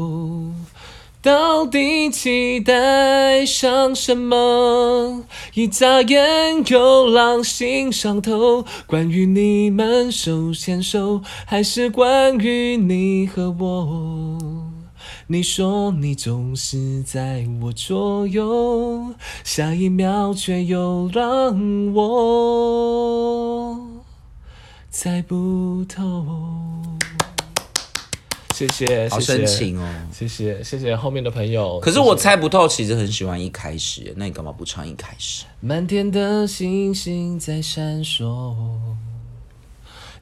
[SPEAKER 1] 到底期待上什么？一眨眼又浪心上头。关于你们手牵手，还是关于你和我？你说你总是在我左右，下一秒却又让我猜不透。谢谢，
[SPEAKER 2] 好
[SPEAKER 1] 谢谢
[SPEAKER 2] 深情哦！
[SPEAKER 1] 谢谢谢谢后面的朋友。
[SPEAKER 2] 可是
[SPEAKER 1] 谢谢
[SPEAKER 2] 我猜不透，其实很喜欢一开始，那你干嘛不唱一开始？
[SPEAKER 1] 满天的星星在闪烁，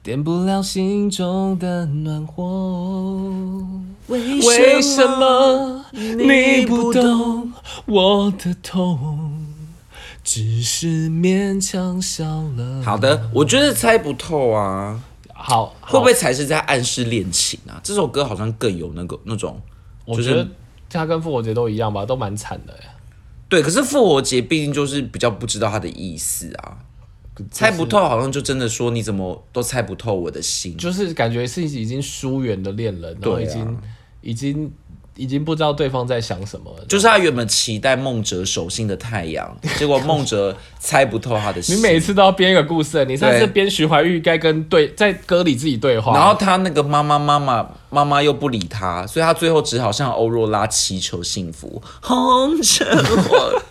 [SPEAKER 1] 点不了心中的暖火。为什么你不懂我的痛？只是勉强笑了。
[SPEAKER 2] 好的，我觉得猜不透啊，
[SPEAKER 1] 好，
[SPEAKER 2] 会
[SPEAKER 1] 会
[SPEAKER 2] 不会才是在暗示恋情啊？这首歌好像更有那个那种，
[SPEAKER 1] 我
[SPEAKER 2] 就
[SPEAKER 1] 觉
[SPEAKER 2] 是
[SPEAKER 1] 得他跟复活节都一样吧，都蛮惨的耶。
[SPEAKER 2] 对。可是复活节毕竟就是比较不知道它的意思啊，猜不透，好像就真的说你怎么都猜不透我的心。
[SPEAKER 1] 就是感觉是已经疏远的恋人，然后
[SPEAKER 2] 对啊
[SPEAKER 1] 已经、已经已经不知道对方在想什么了。
[SPEAKER 2] 就是他原本期待梦哲手心的太阳， 结果梦哲猜不透他的心。
[SPEAKER 1] 你每次都要编一个故事，你上次
[SPEAKER 2] 对
[SPEAKER 1] 编徐怀钰该跟对在歌里自己对话，
[SPEAKER 2] 然后他那个妈妈妈妈妈妈又不理他，所以他最后只好向欧若拉祈求 幸福。红尘我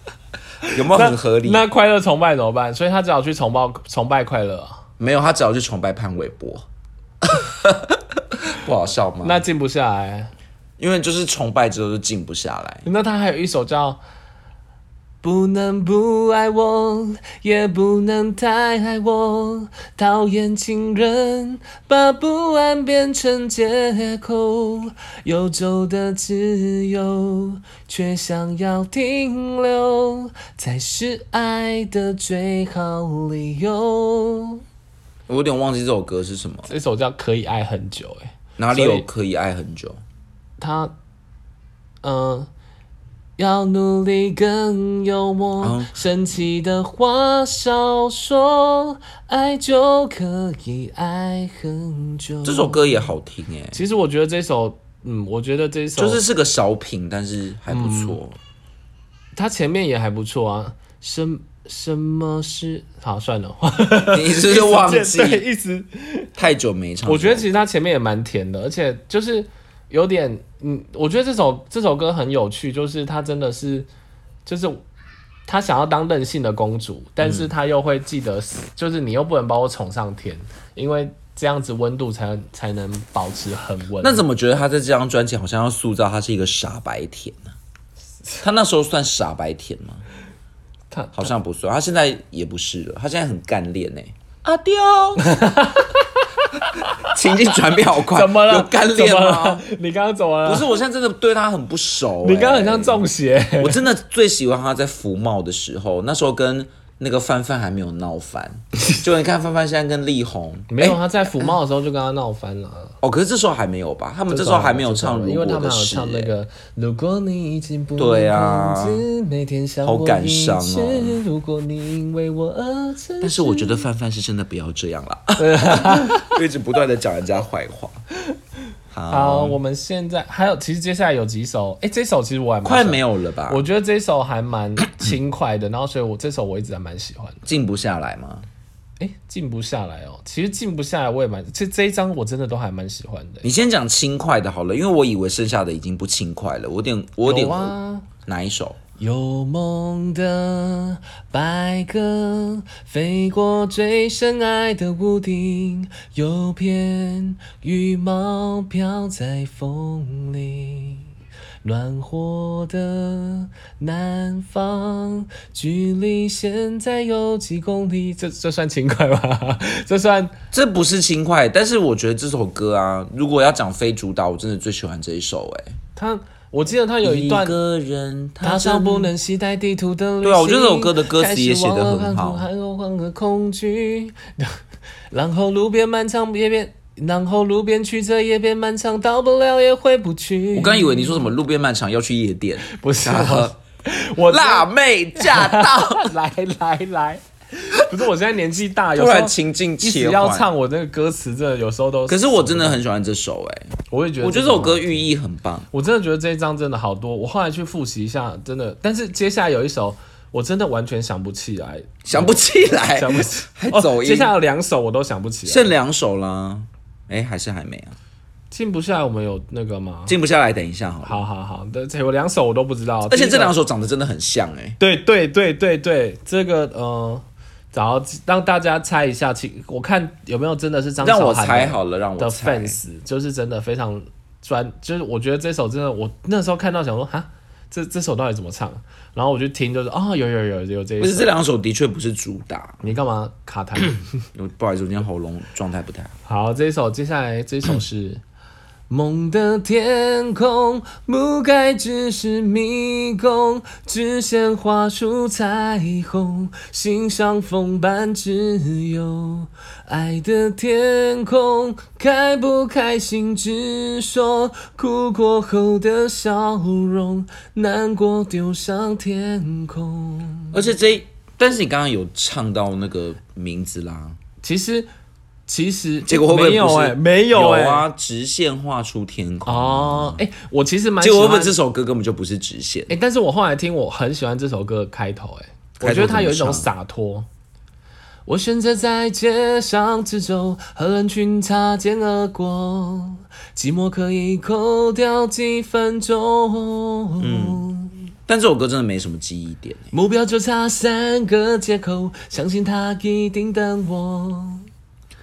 [SPEAKER 2] 有没有很合理？
[SPEAKER 1] 那快乐崇拜怎么办？所以他只好去崇拜崇拜快乐啊、
[SPEAKER 2] 没有，他只好去崇拜潘玮柏， 不好笑吗？
[SPEAKER 1] 那静不下来。
[SPEAKER 2] 因为就是崇拜之后就静不下来。
[SPEAKER 1] 那他还有一首叫《不能不爱我，也不能太爱我。讨厌情人，把不安变成借口。游走的自由，却想要停留，才是爱的最好理由。
[SPEAKER 2] 我有点忘记这首歌是什么，
[SPEAKER 1] 这首叫《可以爱很久》哎，
[SPEAKER 2] 哪里
[SPEAKER 1] 所以
[SPEAKER 2] 有可以爱很久？
[SPEAKER 1] 他，嗯、要努力更幽默，
[SPEAKER 2] 哦
[SPEAKER 1] 生气的话少说，爱就可以爱很久。
[SPEAKER 2] 这首，歌也好听哎、
[SPEAKER 1] 其实我觉得这首，嗯，我觉得这首
[SPEAKER 2] 就是是个小品，但是还不错。
[SPEAKER 1] 它前面也还不错啊。什什么是？好，算了，
[SPEAKER 2] 你是不是忘
[SPEAKER 1] 对
[SPEAKER 2] 记
[SPEAKER 1] 嗯 一直
[SPEAKER 2] 太久没唱？
[SPEAKER 1] 我觉得其实它前面也蛮甜的，而且就是有点，嗯，我觉得这首这首歌很有趣，就是它真的是，就是她想要当任性的公主，但是她又会记得，就是你又不能把我宠上天，因为这样子温度才才能保持恒温。
[SPEAKER 2] 那怎么觉得他在这张专辑好像要塑造他是一个傻白甜呢、他那时候算傻白甜吗？
[SPEAKER 1] 他
[SPEAKER 2] 好像不算，他现在也不是了，他现在很干练 欸呢、阿
[SPEAKER 1] 啊
[SPEAKER 2] 丢，情境转变好快，
[SPEAKER 1] 怎么了？
[SPEAKER 2] 有干练
[SPEAKER 1] 怎么
[SPEAKER 2] 吗
[SPEAKER 1] 了？？你刚刚怎么了？
[SPEAKER 2] 不是，，我哎现在真的对他很不熟、
[SPEAKER 1] 你刚刚很像
[SPEAKER 2] 重。
[SPEAKER 1] 中邪。
[SPEAKER 2] 我真的最喜欢他在福茂的时候，那时候跟那个范范还没有闹翻，就你看范范现在跟力宏
[SPEAKER 1] 没有，
[SPEAKER 2] 哎
[SPEAKER 1] 他在福茂的时候就跟他闹翻了啊。
[SPEAKER 2] 哦，可是这时候还没有吧？他们这时候还没有唱《如
[SPEAKER 1] 因
[SPEAKER 2] 果
[SPEAKER 1] 为他们
[SPEAKER 2] 的
[SPEAKER 1] 还有
[SPEAKER 2] 事》
[SPEAKER 1] 唱那
[SPEAKER 2] 哎
[SPEAKER 1] 个《如果你已经不能
[SPEAKER 2] 对啊
[SPEAKER 1] 控制每天想我
[SPEAKER 2] 好感伤哦
[SPEAKER 1] 一次如果你因为我而真
[SPEAKER 2] 但是我觉得范范是真的不要这 样啦， 一直不断的讲人家坏话。
[SPEAKER 1] 好，我们现在还有，其实接下来有几首，哎、这首其实我还蛮
[SPEAKER 2] 快
[SPEAKER 1] 喜欢
[SPEAKER 2] 没，有了吧？
[SPEAKER 1] 我觉得这首还蛮 轻快的，然后所以我这首我一直还蛮喜欢的。
[SPEAKER 2] 静不下来吗？
[SPEAKER 1] 哎、静不下来哦，其实静不下来我也蛮，这这一张我真的都还蛮喜欢的、
[SPEAKER 2] 你先讲轻快的好了，因为我以为剩下的已经不轻快了，我有点我有点
[SPEAKER 1] 有啊。
[SPEAKER 2] 哪一首？
[SPEAKER 1] 有梦的白鸽飞过最深爱的屋顶，有片羽毛飘在风里。暖和的南方，距离现在有几公里？这这算轻快吗？ 这算
[SPEAKER 2] 这不是轻快，但是我觉得这首歌啊，如果要讲非主打，我真的最喜欢这一首哎、
[SPEAKER 1] 他？我记得他有一段
[SPEAKER 2] 个人，
[SPEAKER 1] 踏上啊不能携带地图的旅行。
[SPEAKER 2] 对啊我觉得这首歌的歌词也写得
[SPEAKER 1] 开始忘了看
[SPEAKER 2] 很好
[SPEAKER 1] 图还有忘了恐惧， 然后路边漫长也变，然后路边曲折也变漫长，到不了也回不去。
[SPEAKER 2] 我刚以为你说什么路边漫长要去夜店，
[SPEAKER 1] 不是
[SPEAKER 2] 然后
[SPEAKER 1] 我
[SPEAKER 2] 辣妹驾到，
[SPEAKER 1] 来来来，不是我现在年纪大，有
[SPEAKER 2] 突
[SPEAKER 1] 时
[SPEAKER 2] 然
[SPEAKER 1] 候
[SPEAKER 2] 情境
[SPEAKER 1] 一直
[SPEAKER 2] 切
[SPEAKER 1] 要
[SPEAKER 2] 换。
[SPEAKER 1] 唱我那个歌词，真的有时候都。
[SPEAKER 2] 可是我真的，很喜欢这首哎、
[SPEAKER 1] 我也觉得，啊
[SPEAKER 2] 我觉得这首歌。寓意很棒。
[SPEAKER 1] 我真的觉得这一张真的好多，我后来去复习一下，真的。但是接下来有一首，我真的完全想不起来，
[SPEAKER 2] 想不起来，
[SPEAKER 1] 想不起，
[SPEAKER 2] 还
[SPEAKER 1] 哦
[SPEAKER 2] 走音
[SPEAKER 1] 接下来有两首我都想不起来，
[SPEAKER 2] 剩两首啦。哎，还是还没啊，
[SPEAKER 1] 静不下来，我们有那个吗？
[SPEAKER 2] 静不下来，等一下好了。
[SPEAKER 1] 好好好，但有两首我都不知道，
[SPEAKER 2] 而且这两
[SPEAKER 1] 首，
[SPEAKER 2] 首长得真的很像哎、
[SPEAKER 1] 对对对对对，这个呃，然后让大家猜一下，请我看有没有真的是张
[SPEAKER 2] 让
[SPEAKER 1] 韶
[SPEAKER 2] 我
[SPEAKER 1] 涵
[SPEAKER 2] 猜
[SPEAKER 1] 的
[SPEAKER 2] 好了，让我
[SPEAKER 1] 的
[SPEAKER 2] 猜。
[SPEAKER 1] fans，就是真的非常专，就是我觉得这首真的，我那时候看到想说哈。这这首到底怎么唱？然后我就听，就是哦，有有有有这
[SPEAKER 2] 不
[SPEAKER 1] 一
[SPEAKER 2] 是
[SPEAKER 1] 首。
[SPEAKER 2] 这两首的确不是主打，
[SPEAKER 1] 你干嘛卡痰？
[SPEAKER 2] 我不好意思，我今天喉咙状态不太好。
[SPEAKER 1] 好，这一首接下来这一首是 《梦的天空》，不该只是迷宫，只羡花树彩虹，欣赏风般自由。爱的天空，开不开心直说，哭过后的笑容，难过丢上天空。
[SPEAKER 2] 而且这一，但是你刚刚有唱到那个名字啦，
[SPEAKER 1] 其实，其实
[SPEAKER 2] 结果会不会
[SPEAKER 1] 没有
[SPEAKER 2] 不是
[SPEAKER 1] 哎、没有哎、
[SPEAKER 2] 啊，直线画出天空。
[SPEAKER 1] 哦，哎、我其实蛮喜
[SPEAKER 2] 结
[SPEAKER 1] 欢
[SPEAKER 2] 果会不会这首歌根本就不是直线？
[SPEAKER 1] 哎、但是我后来听，我很喜欢这首歌的开头、欸，
[SPEAKER 2] 开头
[SPEAKER 1] 我觉得它有一
[SPEAKER 2] 怎么
[SPEAKER 1] 种
[SPEAKER 2] 唱
[SPEAKER 1] 洒脱。我选择在街上自走，和人群擦肩而过，寂寞可以扣掉几分钟。
[SPEAKER 2] 嗯但这首歌真的没什么记忆点、欸。
[SPEAKER 1] 目标就差三个街口，相信他一定等我。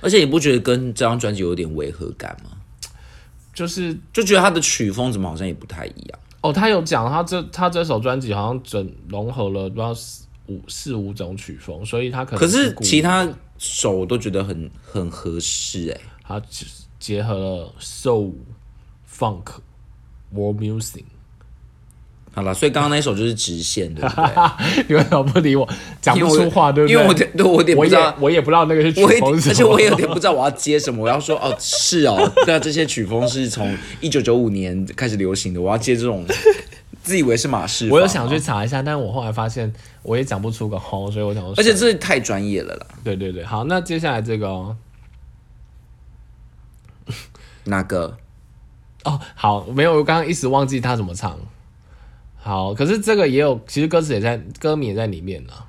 [SPEAKER 2] 而且你不觉得跟这张专辑有点违和感吗？
[SPEAKER 1] 就是
[SPEAKER 2] 就觉得他的曲风怎么好像也不太一样。
[SPEAKER 1] 哦，他有讲他这他这首专辑好像整融合了不知道四五四五种曲风，所以他可能
[SPEAKER 2] 可是
[SPEAKER 1] 故意
[SPEAKER 2] 其他首我都觉得很很合适哎、
[SPEAKER 1] 他结结合了 soul、funk、world music。
[SPEAKER 2] 好了，所以刚刚那首就是直线，对不 对？
[SPEAKER 1] 你为什么不理我？讲
[SPEAKER 2] 因
[SPEAKER 1] 不
[SPEAKER 2] 为我
[SPEAKER 1] 出话，对不对？
[SPEAKER 2] 因为我对对我有点
[SPEAKER 1] 我
[SPEAKER 2] 不知道
[SPEAKER 1] 也，我也不知道那个是曲
[SPEAKER 2] 我有点
[SPEAKER 1] 风是什么，
[SPEAKER 2] 而且我也有点不知道我要接什么。我要说哦，是哦，那这些曲风是从一九九五年开始流行的，我要接这种，自以为是马啊氏。
[SPEAKER 1] 我有想去，查一下，但我后来发现我也讲不出个 吼，所以我想说，
[SPEAKER 2] 而且这太专业了啦。
[SPEAKER 1] 对对对，好，那接下来这个哦，
[SPEAKER 2] 那个
[SPEAKER 1] 哦，好，没有，我刚刚一时忘记他怎么唱。好，可是这个也有，其实歌词也在，歌名也在里面了。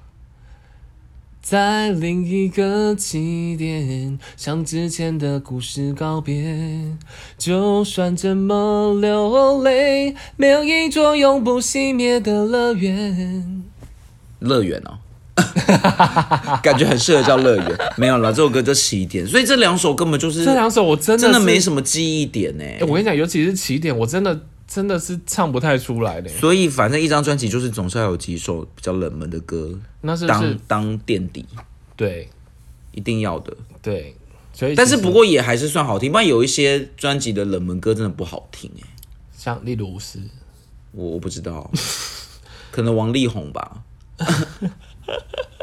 [SPEAKER 1] 在另一个起点，向之前的故事告别。就算这么流泪，没有一座永不熄灭的乐园。
[SPEAKER 2] 乐园哦。 感觉很适合叫乐园，没有了，这首歌就起点，所以这两首根本就是
[SPEAKER 1] 这两首我真的
[SPEAKER 2] 真的没
[SPEAKER 1] 么、
[SPEAKER 2] 什么记忆点呢、
[SPEAKER 1] 哎我跟你讲，尤其是起点，我真的真的是唱不太出来的。
[SPEAKER 2] 所以反正一张专辑就是总是要有几首比较冷门的歌
[SPEAKER 1] 那是不
[SPEAKER 2] 当
[SPEAKER 1] 是？
[SPEAKER 2] 当垫底，
[SPEAKER 1] 对
[SPEAKER 2] 一定要的。
[SPEAKER 1] 对，所以
[SPEAKER 2] 但
[SPEAKER 1] 其
[SPEAKER 2] 是
[SPEAKER 1] 实
[SPEAKER 2] 不过也还是算好听，不然有一些专辑的冷门歌真的不好听哎、
[SPEAKER 1] 像例如是。
[SPEAKER 2] 我我不知 道，可能王力宏吧。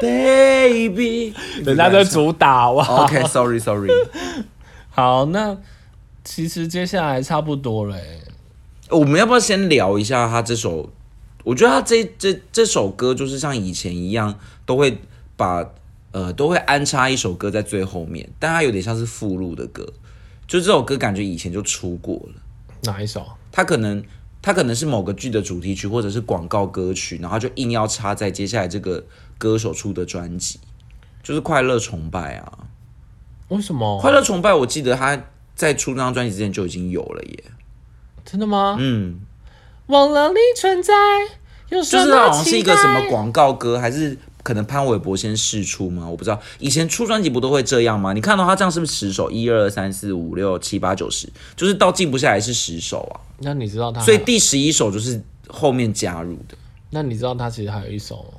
[SPEAKER 2] Baby，
[SPEAKER 1] 人家在主打哇。
[SPEAKER 2] OK，Sorry，Sorry，、
[SPEAKER 1] 好，那其实接下来差不多了欸，
[SPEAKER 2] 我们要不要先聊一下他这首？我觉得他这这这首歌就是像以前一样，都会把呃都会安插一首歌在最后面，但它有点像是附录的歌，就这首歌感觉以前就出过了。
[SPEAKER 1] 哪一首？
[SPEAKER 2] 它可能它可能是某个剧的主题曲或者是广告歌曲，然后就硬要插在接下来这个歌手出的专辑，就是《快乐崇拜》啊，
[SPEAKER 1] 为什么？
[SPEAKER 2] 《快乐崇拜》我记得他在出那张专辑之前就已经有了耶，
[SPEAKER 1] 真的吗？
[SPEAKER 2] 嗯，
[SPEAKER 1] 忘了你存在，有什
[SPEAKER 2] 就
[SPEAKER 1] 么
[SPEAKER 2] 是啊它好像是一个
[SPEAKER 1] 期待
[SPEAKER 2] 什么广告歌还是。可能潘玮柏先试出吗？我不知道，以前出专辑不都会这样吗？你看到他这样是不是十首？一二三四五六七八九十，就是到记不下来是十首啊。
[SPEAKER 1] 那你知道他？
[SPEAKER 2] 所以第十一首就是后面加入的。
[SPEAKER 1] 那你知道他其实还有一首吗？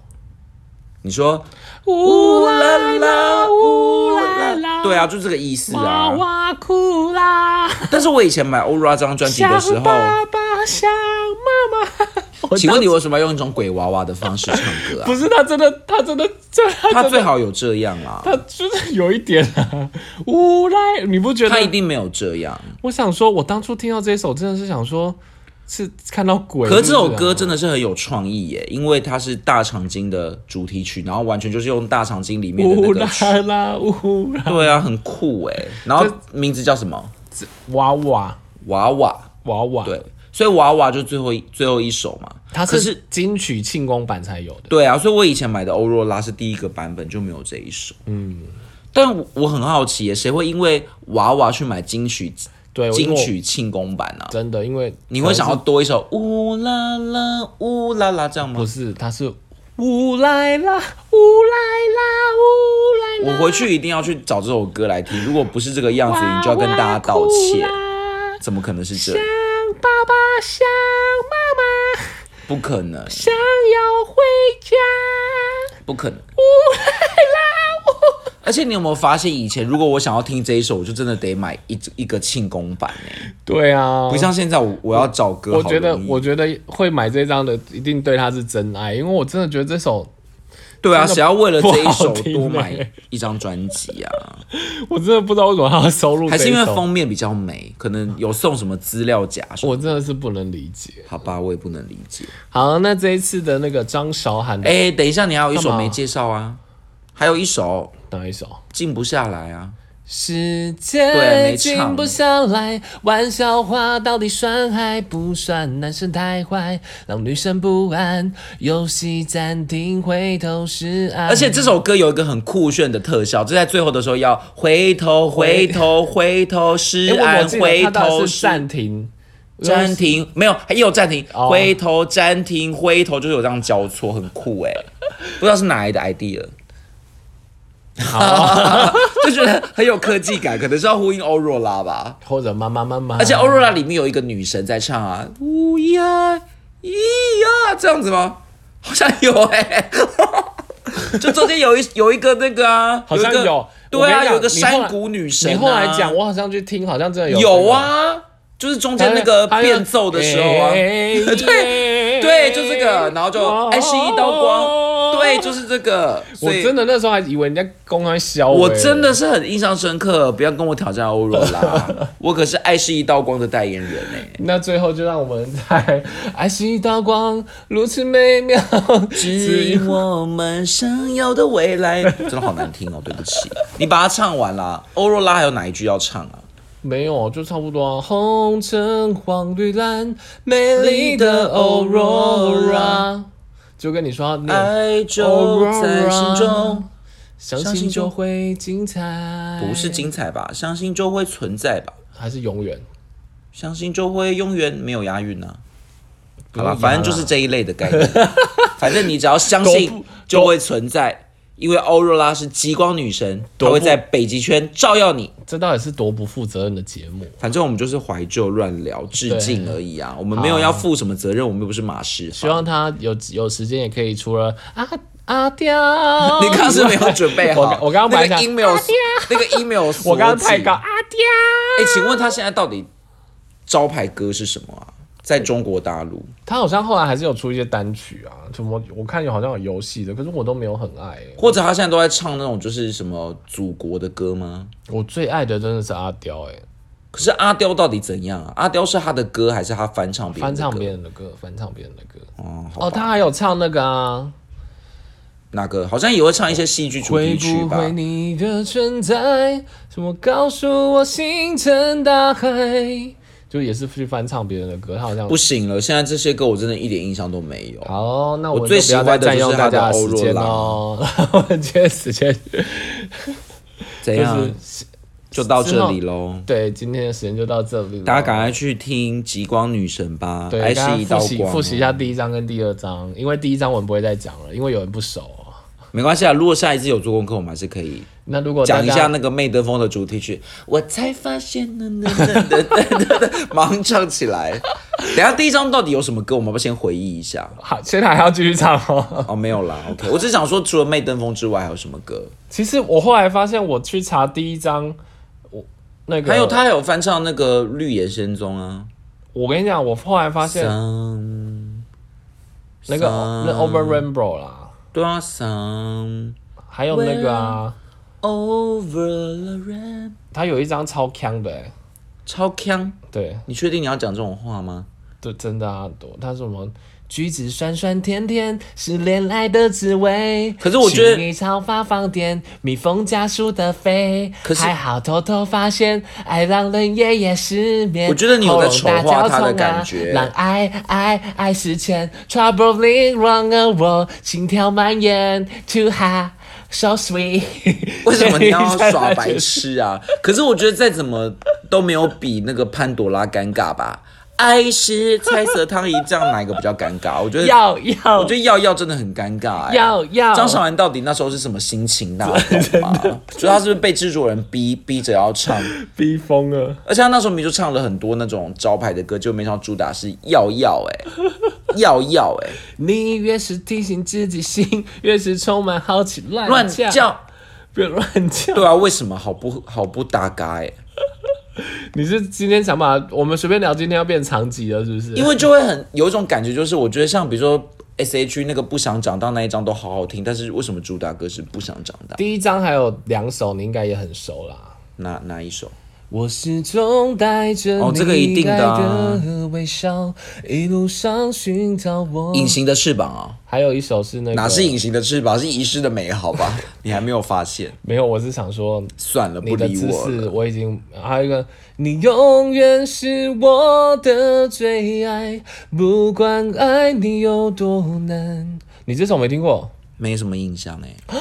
[SPEAKER 2] 你说
[SPEAKER 1] 呜
[SPEAKER 2] 呜啦啦呜
[SPEAKER 1] 啦啦
[SPEAKER 2] 啦啦，对啊，就这个意思
[SPEAKER 1] 哇
[SPEAKER 2] 啊。
[SPEAKER 1] 哇哭啦！
[SPEAKER 2] 但是我以前买 Ora 这张专辑的时
[SPEAKER 1] 想
[SPEAKER 2] 候，
[SPEAKER 1] 爸爸，想妈妈。我
[SPEAKER 2] 请问你为什么要用一种鬼娃娃的方式唱歌 啊
[SPEAKER 1] 不？是他真的，他真的，这他真
[SPEAKER 2] 他
[SPEAKER 1] 的，
[SPEAKER 2] 最好有这样啊，
[SPEAKER 1] 他就是有一点啊，呜啦！你不觉得
[SPEAKER 2] 他一定没有这样。啊
[SPEAKER 1] 我想说，我当初听到这一首，真的是想说，是看到鬼。
[SPEAKER 2] 可是这首歌
[SPEAKER 1] 是啊
[SPEAKER 2] 真的是很有创意耶，因为它是大长今的主题曲，然后完全就是用大长今里
[SPEAKER 1] 不
[SPEAKER 2] 面的
[SPEAKER 1] 是啊
[SPEAKER 2] 那
[SPEAKER 1] 呜
[SPEAKER 2] 个
[SPEAKER 1] 啦啦
[SPEAKER 2] 曲。
[SPEAKER 1] 呜啦，
[SPEAKER 2] 对啊，很酷哎。然后名字叫什么？
[SPEAKER 1] 娃娃
[SPEAKER 2] 娃娃。
[SPEAKER 1] 娃娃，，
[SPEAKER 2] 对，所以娃娃就最后一最后一首嘛。
[SPEAKER 1] 它
[SPEAKER 2] 可是
[SPEAKER 1] 是金曲庆功版才有的。
[SPEAKER 2] 对啊，所以我以前买的欧若拉是第一个版本就没有这一首。嗯，但我我很好奇耶，谁会因为娃娃去买金曲
[SPEAKER 1] 对，因为
[SPEAKER 2] 金
[SPEAKER 1] 哎我
[SPEAKER 2] 曲庆功版啊？
[SPEAKER 1] 真的，因为
[SPEAKER 2] 你会想要多一首呜啦啦呜啦啦这样
[SPEAKER 1] 不
[SPEAKER 2] 吗？
[SPEAKER 1] 是，它是乌来啦，乌来啦，乌来
[SPEAKER 2] 我
[SPEAKER 1] 啦，
[SPEAKER 2] 回去一定要去找这首歌来听，如果不是这个样子，你就要跟大家道歉
[SPEAKER 1] 哇。哇哭啦
[SPEAKER 2] 怎么可能是这
[SPEAKER 1] 想
[SPEAKER 2] 样？
[SPEAKER 1] 爸爸，想妈妈，
[SPEAKER 2] 不可能，
[SPEAKER 1] 想要回家。
[SPEAKER 2] 不可能。而且你有没有发现，以前如果我想要听这一首，我就真的得买一一个庆功版哎、
[SPEAKER 1] 对啊，
[SPEAKER 2] 不像现在我我要找歌好
[SPEAKER 1] 我
[SPEAKER 2] 容易，
[SPEAKER 1] 觉得，我觉得会买这张的，一定对他是真爱，因为我真的觉得这首，
[SPEAKER 2] 对啊，
[SPEAKER 1] 真的
[SPEAKER 2] 谁要为了这一首
[SPEAKER 1] 不好听
[SPEAKER 2] 多
[SPEAKER 1] 欸
[SPEAKER 2] 买一张专辑啊？
[SPEAKER 1] 我真的不知道为什么他要收录这
[SPEAKER 2] 还
[SPEAKER 1] 一首，
[SPEAKER 2] 是因为封面比较美，可能有送什么资料夹什么？
[SPEAKER 1] 我真的是不能理解。
[SPEAKER 2] 好吧，我也不能理解。
[SPEAKER 1] 好，那这一次的那个张韶涵的
[SPEAKER 2] 哎、等一下，你还有一首
[SPEAKER 1] 干嘛
[SPEAKER 2] 没介绍啊？还有一首
[SPEAKER 1] 哪一首？
[SPEAKER 2] 静不下来啊？
[SPEAKER 1] 时
[SPEAKER 2] 对
[SPEAKER 1] 间
[SPEAKER 2] 没唱
[SPEAKER 1] 静不下来，玩笑话到底算还不算？男生太坏，让女生不安，游戏暂停，回头是岸。
[SPEAKER 2] 而且这首歌有一个很酷炫的特效，就在最后的时候要回头，回头，回头是
[SPEAKER 1] 哎，我
[SPEAKER 2] 岸，
[SPEAKER 1] 我记得
[SPEAKER 2] 回
[SPEAKER 1] 他到
[SPEAKER 2] 头
[SPEAKER 1] 底是
[SPEAKER 2] 是
[SPEAKER 1] 暂停，
[SPEAKER 2] 暂停， 没有，还有暂停，
[SPEAKER 1] 哦
[SPEAKER 2] 回头暂停，回头就是有这样交错，很酷哎、不知道是哪来的 idea，
[SPEAKER 1] 好，
[SPEAKER 2] 就觉得很有科技感，可能是要呼应欧若拉吧。
[SPEAKER 1] 或者妈妈妈妈，
[SPEAKER 2] 而且欧若拉里面有一个女神在唱啊，乌鸦咦呀这样子吗？好像有哎、 就中间有一有一个那个啊，
[SPEAKER 1] 好像
[SPEAKER 2] 一个
[SPEAKER 1] 有我
[SPEAKER 2] 对
[SPEAKER 1] 跟
[SPEAKER 2] 啊，
[SPEAKER 1] 你讲
[SPEAKER 2] 有一个
[SPEAKER 1] 你后来
[SPEAKER 2] 山谷女神、啊。
[SPEAKER 1] 你后来讲，我好像去听，好像真的有
[SPEAKER 2] 有，啊，就是中间那个
[SPEAKER 1] 还有
[SPEAKER 2] 变奏的时候啊，
[SPEAKER 1] 哎
[SPEAKER 2] 对对，就这个，然后
[SPEAKER 1] 哦
[SPEAKER 2] 就哎是一道光，对，。就是这个，
[SPEAKER 1] 我
[SPEAKER 2] 所以
[SPEAKER 1] 真的那时候还以为人家公安小
[SPEAKER 2] 我真的是很印象深刻，不要跟我挑战欧若 拉，我可是爱是一道光的代言人哎、
[SPEAKER 1] 那最后就让我们在爱是一道光，如此美妙。
[SPEAKER 2] 指引我们想要的未来，真的好难听哦，对不起，你把它唱完啦。欧若拉还有哪一句要唱啊？
[SPEAKER 1] 没有，就差不多、啊。红橙黄绿蓝，美丽的 Aurora。就跟你说要念，
[SPEAKER 2] 爱就在心中，
[SPEAKER 1] 相
[SPEAKER 2] 相
[SPEAKER 1] 信
[SPEAKER 2] 信
[SPEAKER 1] 就
[SPEAKER 2] 就
[SPEAKER 1] 会精彩。
[SPEAKER 2] 不是精彩吧？相信就会存在吧？
[SPEAKER 1] 还是永远。
[SPEAKER 2] 相信就会永远没有押韵呢、啊。
[SPEAKER 1] 不用
[SPEAKER 2] 好
[SPEAKER 1] 押啦
[SPEAKER 2] 了，反正就是这一类的概 念。反正你只要相
[SPEAKER 1] 都
[SPEAKER 2] 信
[SPEAKER 1] 不，
[SPEAKER 2] 就会存在。因为欧若拉是极光女神，她
[SPEAKER 1] 不
[SPEAKER 2] 会在北极圈照耀你。
[SPEAKER 1] 这到底是多不负责任的节目？
[SPEAKER 2] 反正我们就是怀旧乱聊致敬而已啊，我们没有
[SPEAKER 1] 好
[SPEAKER 2] 要负什么责任，我们又不是马氏。
[SPEAKER 1] 希望他有有时间也可以除了啊啊掉，
[SPEAKER 2] 你刚刚是没有准备好，
[SPEAKER 1] 我我刚刚本来
[SPEAKER 2] 那
[SPEAKER 1] 想
[SPEAKER 2] 个 email，那个 email，
[SPEAKER 1] 我刚刚太高
[SPEAKER 2] 高。
[SPEAKER 1] 啊掉，
[SPEAKER 2] 哎，请问他现在到底招牌歌是什么啊？在中国大陆，
[SPEAKER 1] 他好像后来还是有出一些单曲啊，什么我看有好像有游戏的，可是我都没有很爱欸、
[SPEAKER 2] 或者他现在都在唱那种就是什么祖国的歌吗？
[SPEAKER 1] 我最爱的真的是阿刁哎、
[SPEAKER 2] 可是阿刁到底怎样啊？阿刁是他的歌还是他翻唱别
[SPEAKER 1] 翻
[SPEAKER 2] 人的歌？
[SPEAKER 1] 唱别人的歌，翻唱别人的歌。
[SPEAKER 2] 哦，好
[SPEAKER 1] 哦，他还有唱那个啊，
[SPEAKER 2] 那个好像也会唱一些戏剧主
[SPEAKER 1] 会
[SPEAKER 2] 题曲
[SPEAKER 1] 不
[SPEAKER 2] 吧
[SPEAKER 1] 会？你的存在，什么告诉我星辰大海，就也是去翻唱别人的歌，他好像
[SPEAKER 2] 不行了，现在这些歌我真的一点印象都没有。
[SPEAKER 1] 好，那我
[SPEAKER 2] 我最
[SPEAKER 1] 就不要
[SPEAKER 2] 喜欢
[SPEAKER 1] 再
[SPEAKER 2] 的
[SPEAKER 1] 占
[SPEAKER 2] 就是
[SPEAKER 1] 用大
[SPEAKER 2] 他的
[SPEAKER 1] 家的
[SPEAKER 2] 欧
[SPEAKER 1] 时
[SPEAKER 2] 若
[SPEAKER 1] 间
[SPEAKER 2] 拉
[SPEAKER 1] 哦。 我们今天时间
[SPEAKER 2] 怎
[SPEAKER 1] 就
[SPEAKER 2] 样？就是到这里喽。
[SPEAKER 1] 对，今天的时间就到这里了。
[SPEAKER 2] 大家赶快去听《极光女神》吧，
[SPEAKER 1] 对，
[SPEAKER 2] 爱
[SPEAKER 1] 大家
[SPEAKER 2] 是一道
[SPEAKER 1] 复习
[SPEAKER 2] 光、哦啊
[SPEAKER 1] 复习一下，第一章跟第二章，因为第一章我们不会再讲了，因为有人不熟哦。
[SPEAKER 2] 没关系啊。如果下一次有做功课，我们还是可以
[SPEAKER 1] 那如果大
[SPEAKER 2] 讲一
[SPEAKER 1] 家
[SPEAKER 2] 下那个麦德风的主题曲。我才发现，呢呢呢呢呢，马上唱起来。等一下第一章到底有什么歌？我们要不要先回忆一下？
[SPEAKER 1] 好，现在还要继续唱哦。
[SPEAKER 2] 哦，没有啦，OK。我只想说，除了《麦登峰》之外，还有什么歌？
[SPEAKER 1] 其实我后来发现，我去查第一章，我那个
[SPEAKER 2] 还有，他还有翻唱那个《绿野仙踪》啊。
[SPEAKER 1] 我跟你讲，我后来发现
[SPEAKER 2] Some，
[SPEAKER 1] 那个
[SPEAKER 2] 桑
[SPEAKER 1] 那 Over Rainbow 啦，
[SPEAKER 2] 对啊，Some
[SPEAKER 1] 还有那个啊，
[SPEAKER 2] over the rain，
[SPEAKER 1] 他有一张超强的、欸，
[SPEAKER 2] 超强。
[SPEAKER 1] 对。
[SPEAKER 2] 你确定你要讲这种话吗？
[SPEAKER 1] 对，真的啊，多他说什么橘子酸酸甜甜是恋爱的滋味。
[SPEAKER 2] 可是我觉得
[SPEAKER 1] 薰衣草发放电，蜜蜂加速的飞。
[SPEAKER 2] 可是
[SPEAKER 1] 还好偷偷发现，爱让人夜夜失眠。
[SPEAKER 2] 我觉得你有在丑化
[SPEAKER 1] 喉咙大
[SPEAKER 2] 他
[SPEAKER 1] 绞
[SPEAKER 2] 的
[SPEAKER 1] 痛啊
[SPEAKER 2] 感觉。
[SPEAKER 1] 让爱爱爱实现，Troubling run a w a l 心跳蔓延，Too high so sweet
[SPEAKER 2] 为什么你要耍白？痴啊？可是我觉得再怎么都没有比那个潘朵拉尴尬吧。爱是猜色汤一酱，哪一个比较尴尬？我觉 得，
[SPEAKER 1] 要要，
[SPEAKER 2] 我觉得耀耀真的很尴尬、哎。
[SPEAKER 1] 要要
[SPEAKER 2] 张韶涵到底那时候是什么心 情？大家懂吗？就她是不是被制作人逼逼着要唱？
[SPEAKER 1] 逼疯了。
[SPEAKER 2] 而且她那时候明明就唱了很多那种招牌的歌，就没想到主打是耀耀、 哎，耀耀、哎。
[SPEAKER 1] 你越是提醒自己，心越是充满好奇。
[SPEAKER 2] 乱
[SPEAKER 1] 乱 叫，
[SPEAKER 2] 叫。
[SPEAKER 1] 不要乱叫。
[SPEAKER 2] 对啊，为什么好不好不搭嘎哎、
[SPEAKER 1] 你是今天想把我们随便聊，今天要变长集了，是不是？
[SPEAKER 2] 因为就会很有一种感觉，就是我觉得像比如说 S H E 那个不想长大那一张都好好听，但是为什么主打歌是不想长大？
[SPEAKER 1] 第一章还有两首，你应该也很熟啦。
[SPEAKER 2] 哪哪一首？
[SPEAKER 1] 我始终带着
[SPEAKER 2] 哦这个一定
[SPEAKER 1] 你爱
[SPEAKER 2] 的啊
[SPEAKER 1] 的微笑，一路上寻找我。
[SPEAKER 2] 隐形的翅膀啊，
[SPEAKER 1] 还有一首是那个
[SPEAKER 2] 哪是隐形的翅膀？是遗失的美好 吧？你还没有发现？
[SPEAKER 1] 没有，我是想说
[SPEAKER 2] 算了，
[SPEAKER 1] 你
[SPEAKER 2] 不
[SPEAKER 1] 的
[SPEAKER 2] 理
[SPEAKER 1] 姿
[SPEAKER 2] 我了。
[SPEAKER 1] 势我已经，还有一个，你永远是我的最爱，不管爱你有多难。你这首没听过？
[SPEAKER 2] 没什么印象哎、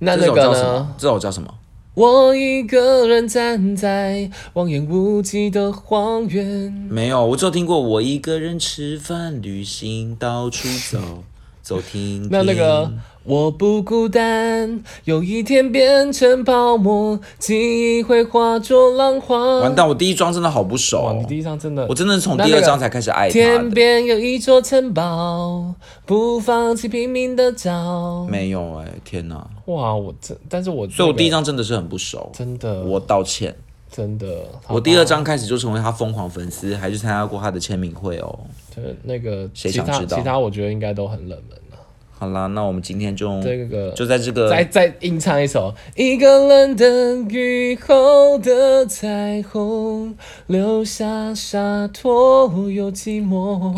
[SPEAKER 1] 那
[SPEAKER 2] 这
[SPEAKER 1] 那
[SPEAKER 2] 首
[SPEAKER 1] 个
[SPEAKER 2] 叫什
[SPEAKER 1] 呢
[SPEAKER 2] 么？？这首叫什么？
[SPEAKER 1] 我一个人站在望眼无际的荒原，
[SPEAKER 2] 没有，我只有听过我一个人吃饭、旅行、到处走。走听听。
[SPEAKER 1] 那那个我不孤单，有一天变成泡沫，记忆会化作浪花。
[SPEAKER 2] 完蛋，我第一章真的好不熟
[SPEAKER 1] 哇，
[SPEAKER 2] 哦
[SPEAKER 1] 你，第一张真的，
[SPEAKER 2] 我真的是从
[SPEAKER 1] 那
[SPEAKER 2] 第
[SPEAKER 1] 那
[SPEAKER 2] 二
[SPEAKER 1] 个
[SPEAKER 2] 章才开始爱他
[SPEAKER 1] 天
[SPEAKER 2] 的。
[SPEAKER 1] 边有一座城堡，不放弃拼命的找。
[SPEAKER 2] 没有哎、天哪！
[SPEAKER 1] 哇，我真，但是我、
[SPEAKER 2] 所以我第一
[SPEAKER 1] 张
[SPEAKER 2] 章真的是很不熟，
[SPEAKER 1] 真的，
[SPEAKER 2] 我道歉。
[SPEAKER 1] 真的，好
[SPEAKER 2] 我
[SPEAKER 1] 吧
[SPEAKER 2] 第二章开始就成为他疯狂粉丝，还去参加过他的签名会哦。
[SPEAKER 1] 就是那个
[SPEAKER 2] 谁
[SPEAKER 1] 其
[SPEAKER 2] 想
[SPEAKER 1] 他
[SPEAKER 2] 知道
[SPEAKER 1] 其他我觉得应该都很冷门了、
[SPEAKER 2] 好啦，那我们今天就
[SPEAKER 1] 这个
[SPEAKER 2] 嗯就在这个
[SPEAKER 1] 再再硬唱一首《一个人的雨后的彩虹》，留下洒脱又寂
[SPEAKER 2] 哎、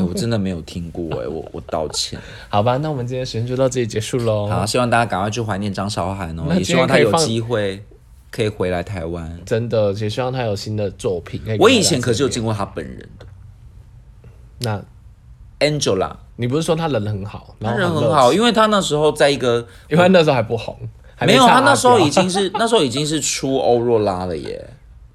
[SPEAKER 2] 我
[SPEAKER 1] 寞。
[SPEAKER 2] 真的没有听过哎、我我道歉。
[SPEAKER 1] 好吧，那我们今天时间就到这里结束喽。
[SPEAKER 2] 好，希望大家赶快去怀念张韶涵哦，
[SPEAKER 1] 那
[SPEAKER 2] 也希望
[SPEAKER 1] 今天
[SPEAKER 2] 他
[SPEAKER 1] 可以
[SPEAKER 2] 有
[SPEAKER 1] 放
[SPEAKER 2] 机会可以回来台湾。
[SPEAKER 1] 真的，也希望他有新的作品。可以跟
[SPEAKER 2] 我
[SPEAKER 1] 大家
[SPEAKER 2] 以前可是有
[SPEAKER 1] 见
[SPEAKER 2] 见过他本人的
[SPEAKER 1] 面那
[SPEAKER 2] Angela，
[SPEAKER 1] 你不是说他人哦很好，然
[SPEAKER 2] 他
[SPEAKER 1] 后
[SPEAKER 2] 人
[SPEAKER 1] 热
[SPEAKER 2] 很好，
[SPEAKER 1] 情，
[SPEAKER 2] 因为他那时候在一个
[SPEAKER 1] 因为他那时候还不红，还
[SPEAKER 2] 没有，
[SPEAKER 1] 唱
[SPEAKER 2] 啊
[SPEAKER 1] 啊
[SPEAKER 2] 他那
[SPEAKER 1] 阿
[SPEAKER 2] 时候
[SPEAKER 1] 飘
[SPEAKER 2] 已经是 那时候已经是出欧若拉了耶，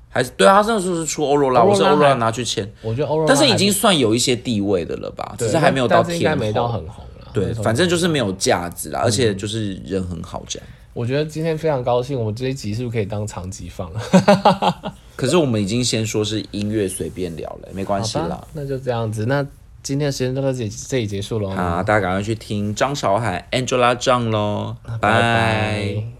[SPEAKER 2] 还是对啊，他那时候是出欧若拉，
[SPEAKER 1] 欧若
[SPEAKER 2] 我
[SPEAKER 1] 拉
[SPEAKER 2] 是欧若拉
[SPEAKER 1] 还
[SPEAKER 2] 拿去签，
[SPEAKER 1] 我觉得欧若拉
[SPEAKER 2] 但是
[SPEAKER 1] 还
[SPEAKER 2] 已
[SPEAKER 1] 不
[SPEAKER 2] 经算有一些地位的了吧，
[SPEAKER 1] 对
[SPEAKER 2] 只是还没有到
[SPEAKER 1] 但是应该
[SPEAKER 2] 天
[SPEAKER 1] 没到
[SPEAKER 2] 后。
[SPEAKER 1] 很红啊了。
[SPEAKER 2] 对，
[SPEAKER 1] 那时候
[SPEAKER 2] 反正就是没有架子啦，而且
[SPEAKER 1] 嗯
[SPEAKER 2] 就是人很好这样。
[SPEAKER 1] 我觉得今天非常高兴，我们这一集是不是可以当长集放？
[SPEAKER 2] 可是我们已经先说是音乐随便聊了，没关 系
[SPEAKER 1] 好
[SPEAKER 2] 啦
[SPEAKER 1] 吧。，那就这样子。那今天的时间就到这里，这里结束喽。哦
[SPEAKER 2] 啊，大家赶快去听张韶涵 Angela 张喽，拜
[SPEAKER 1] 拜拜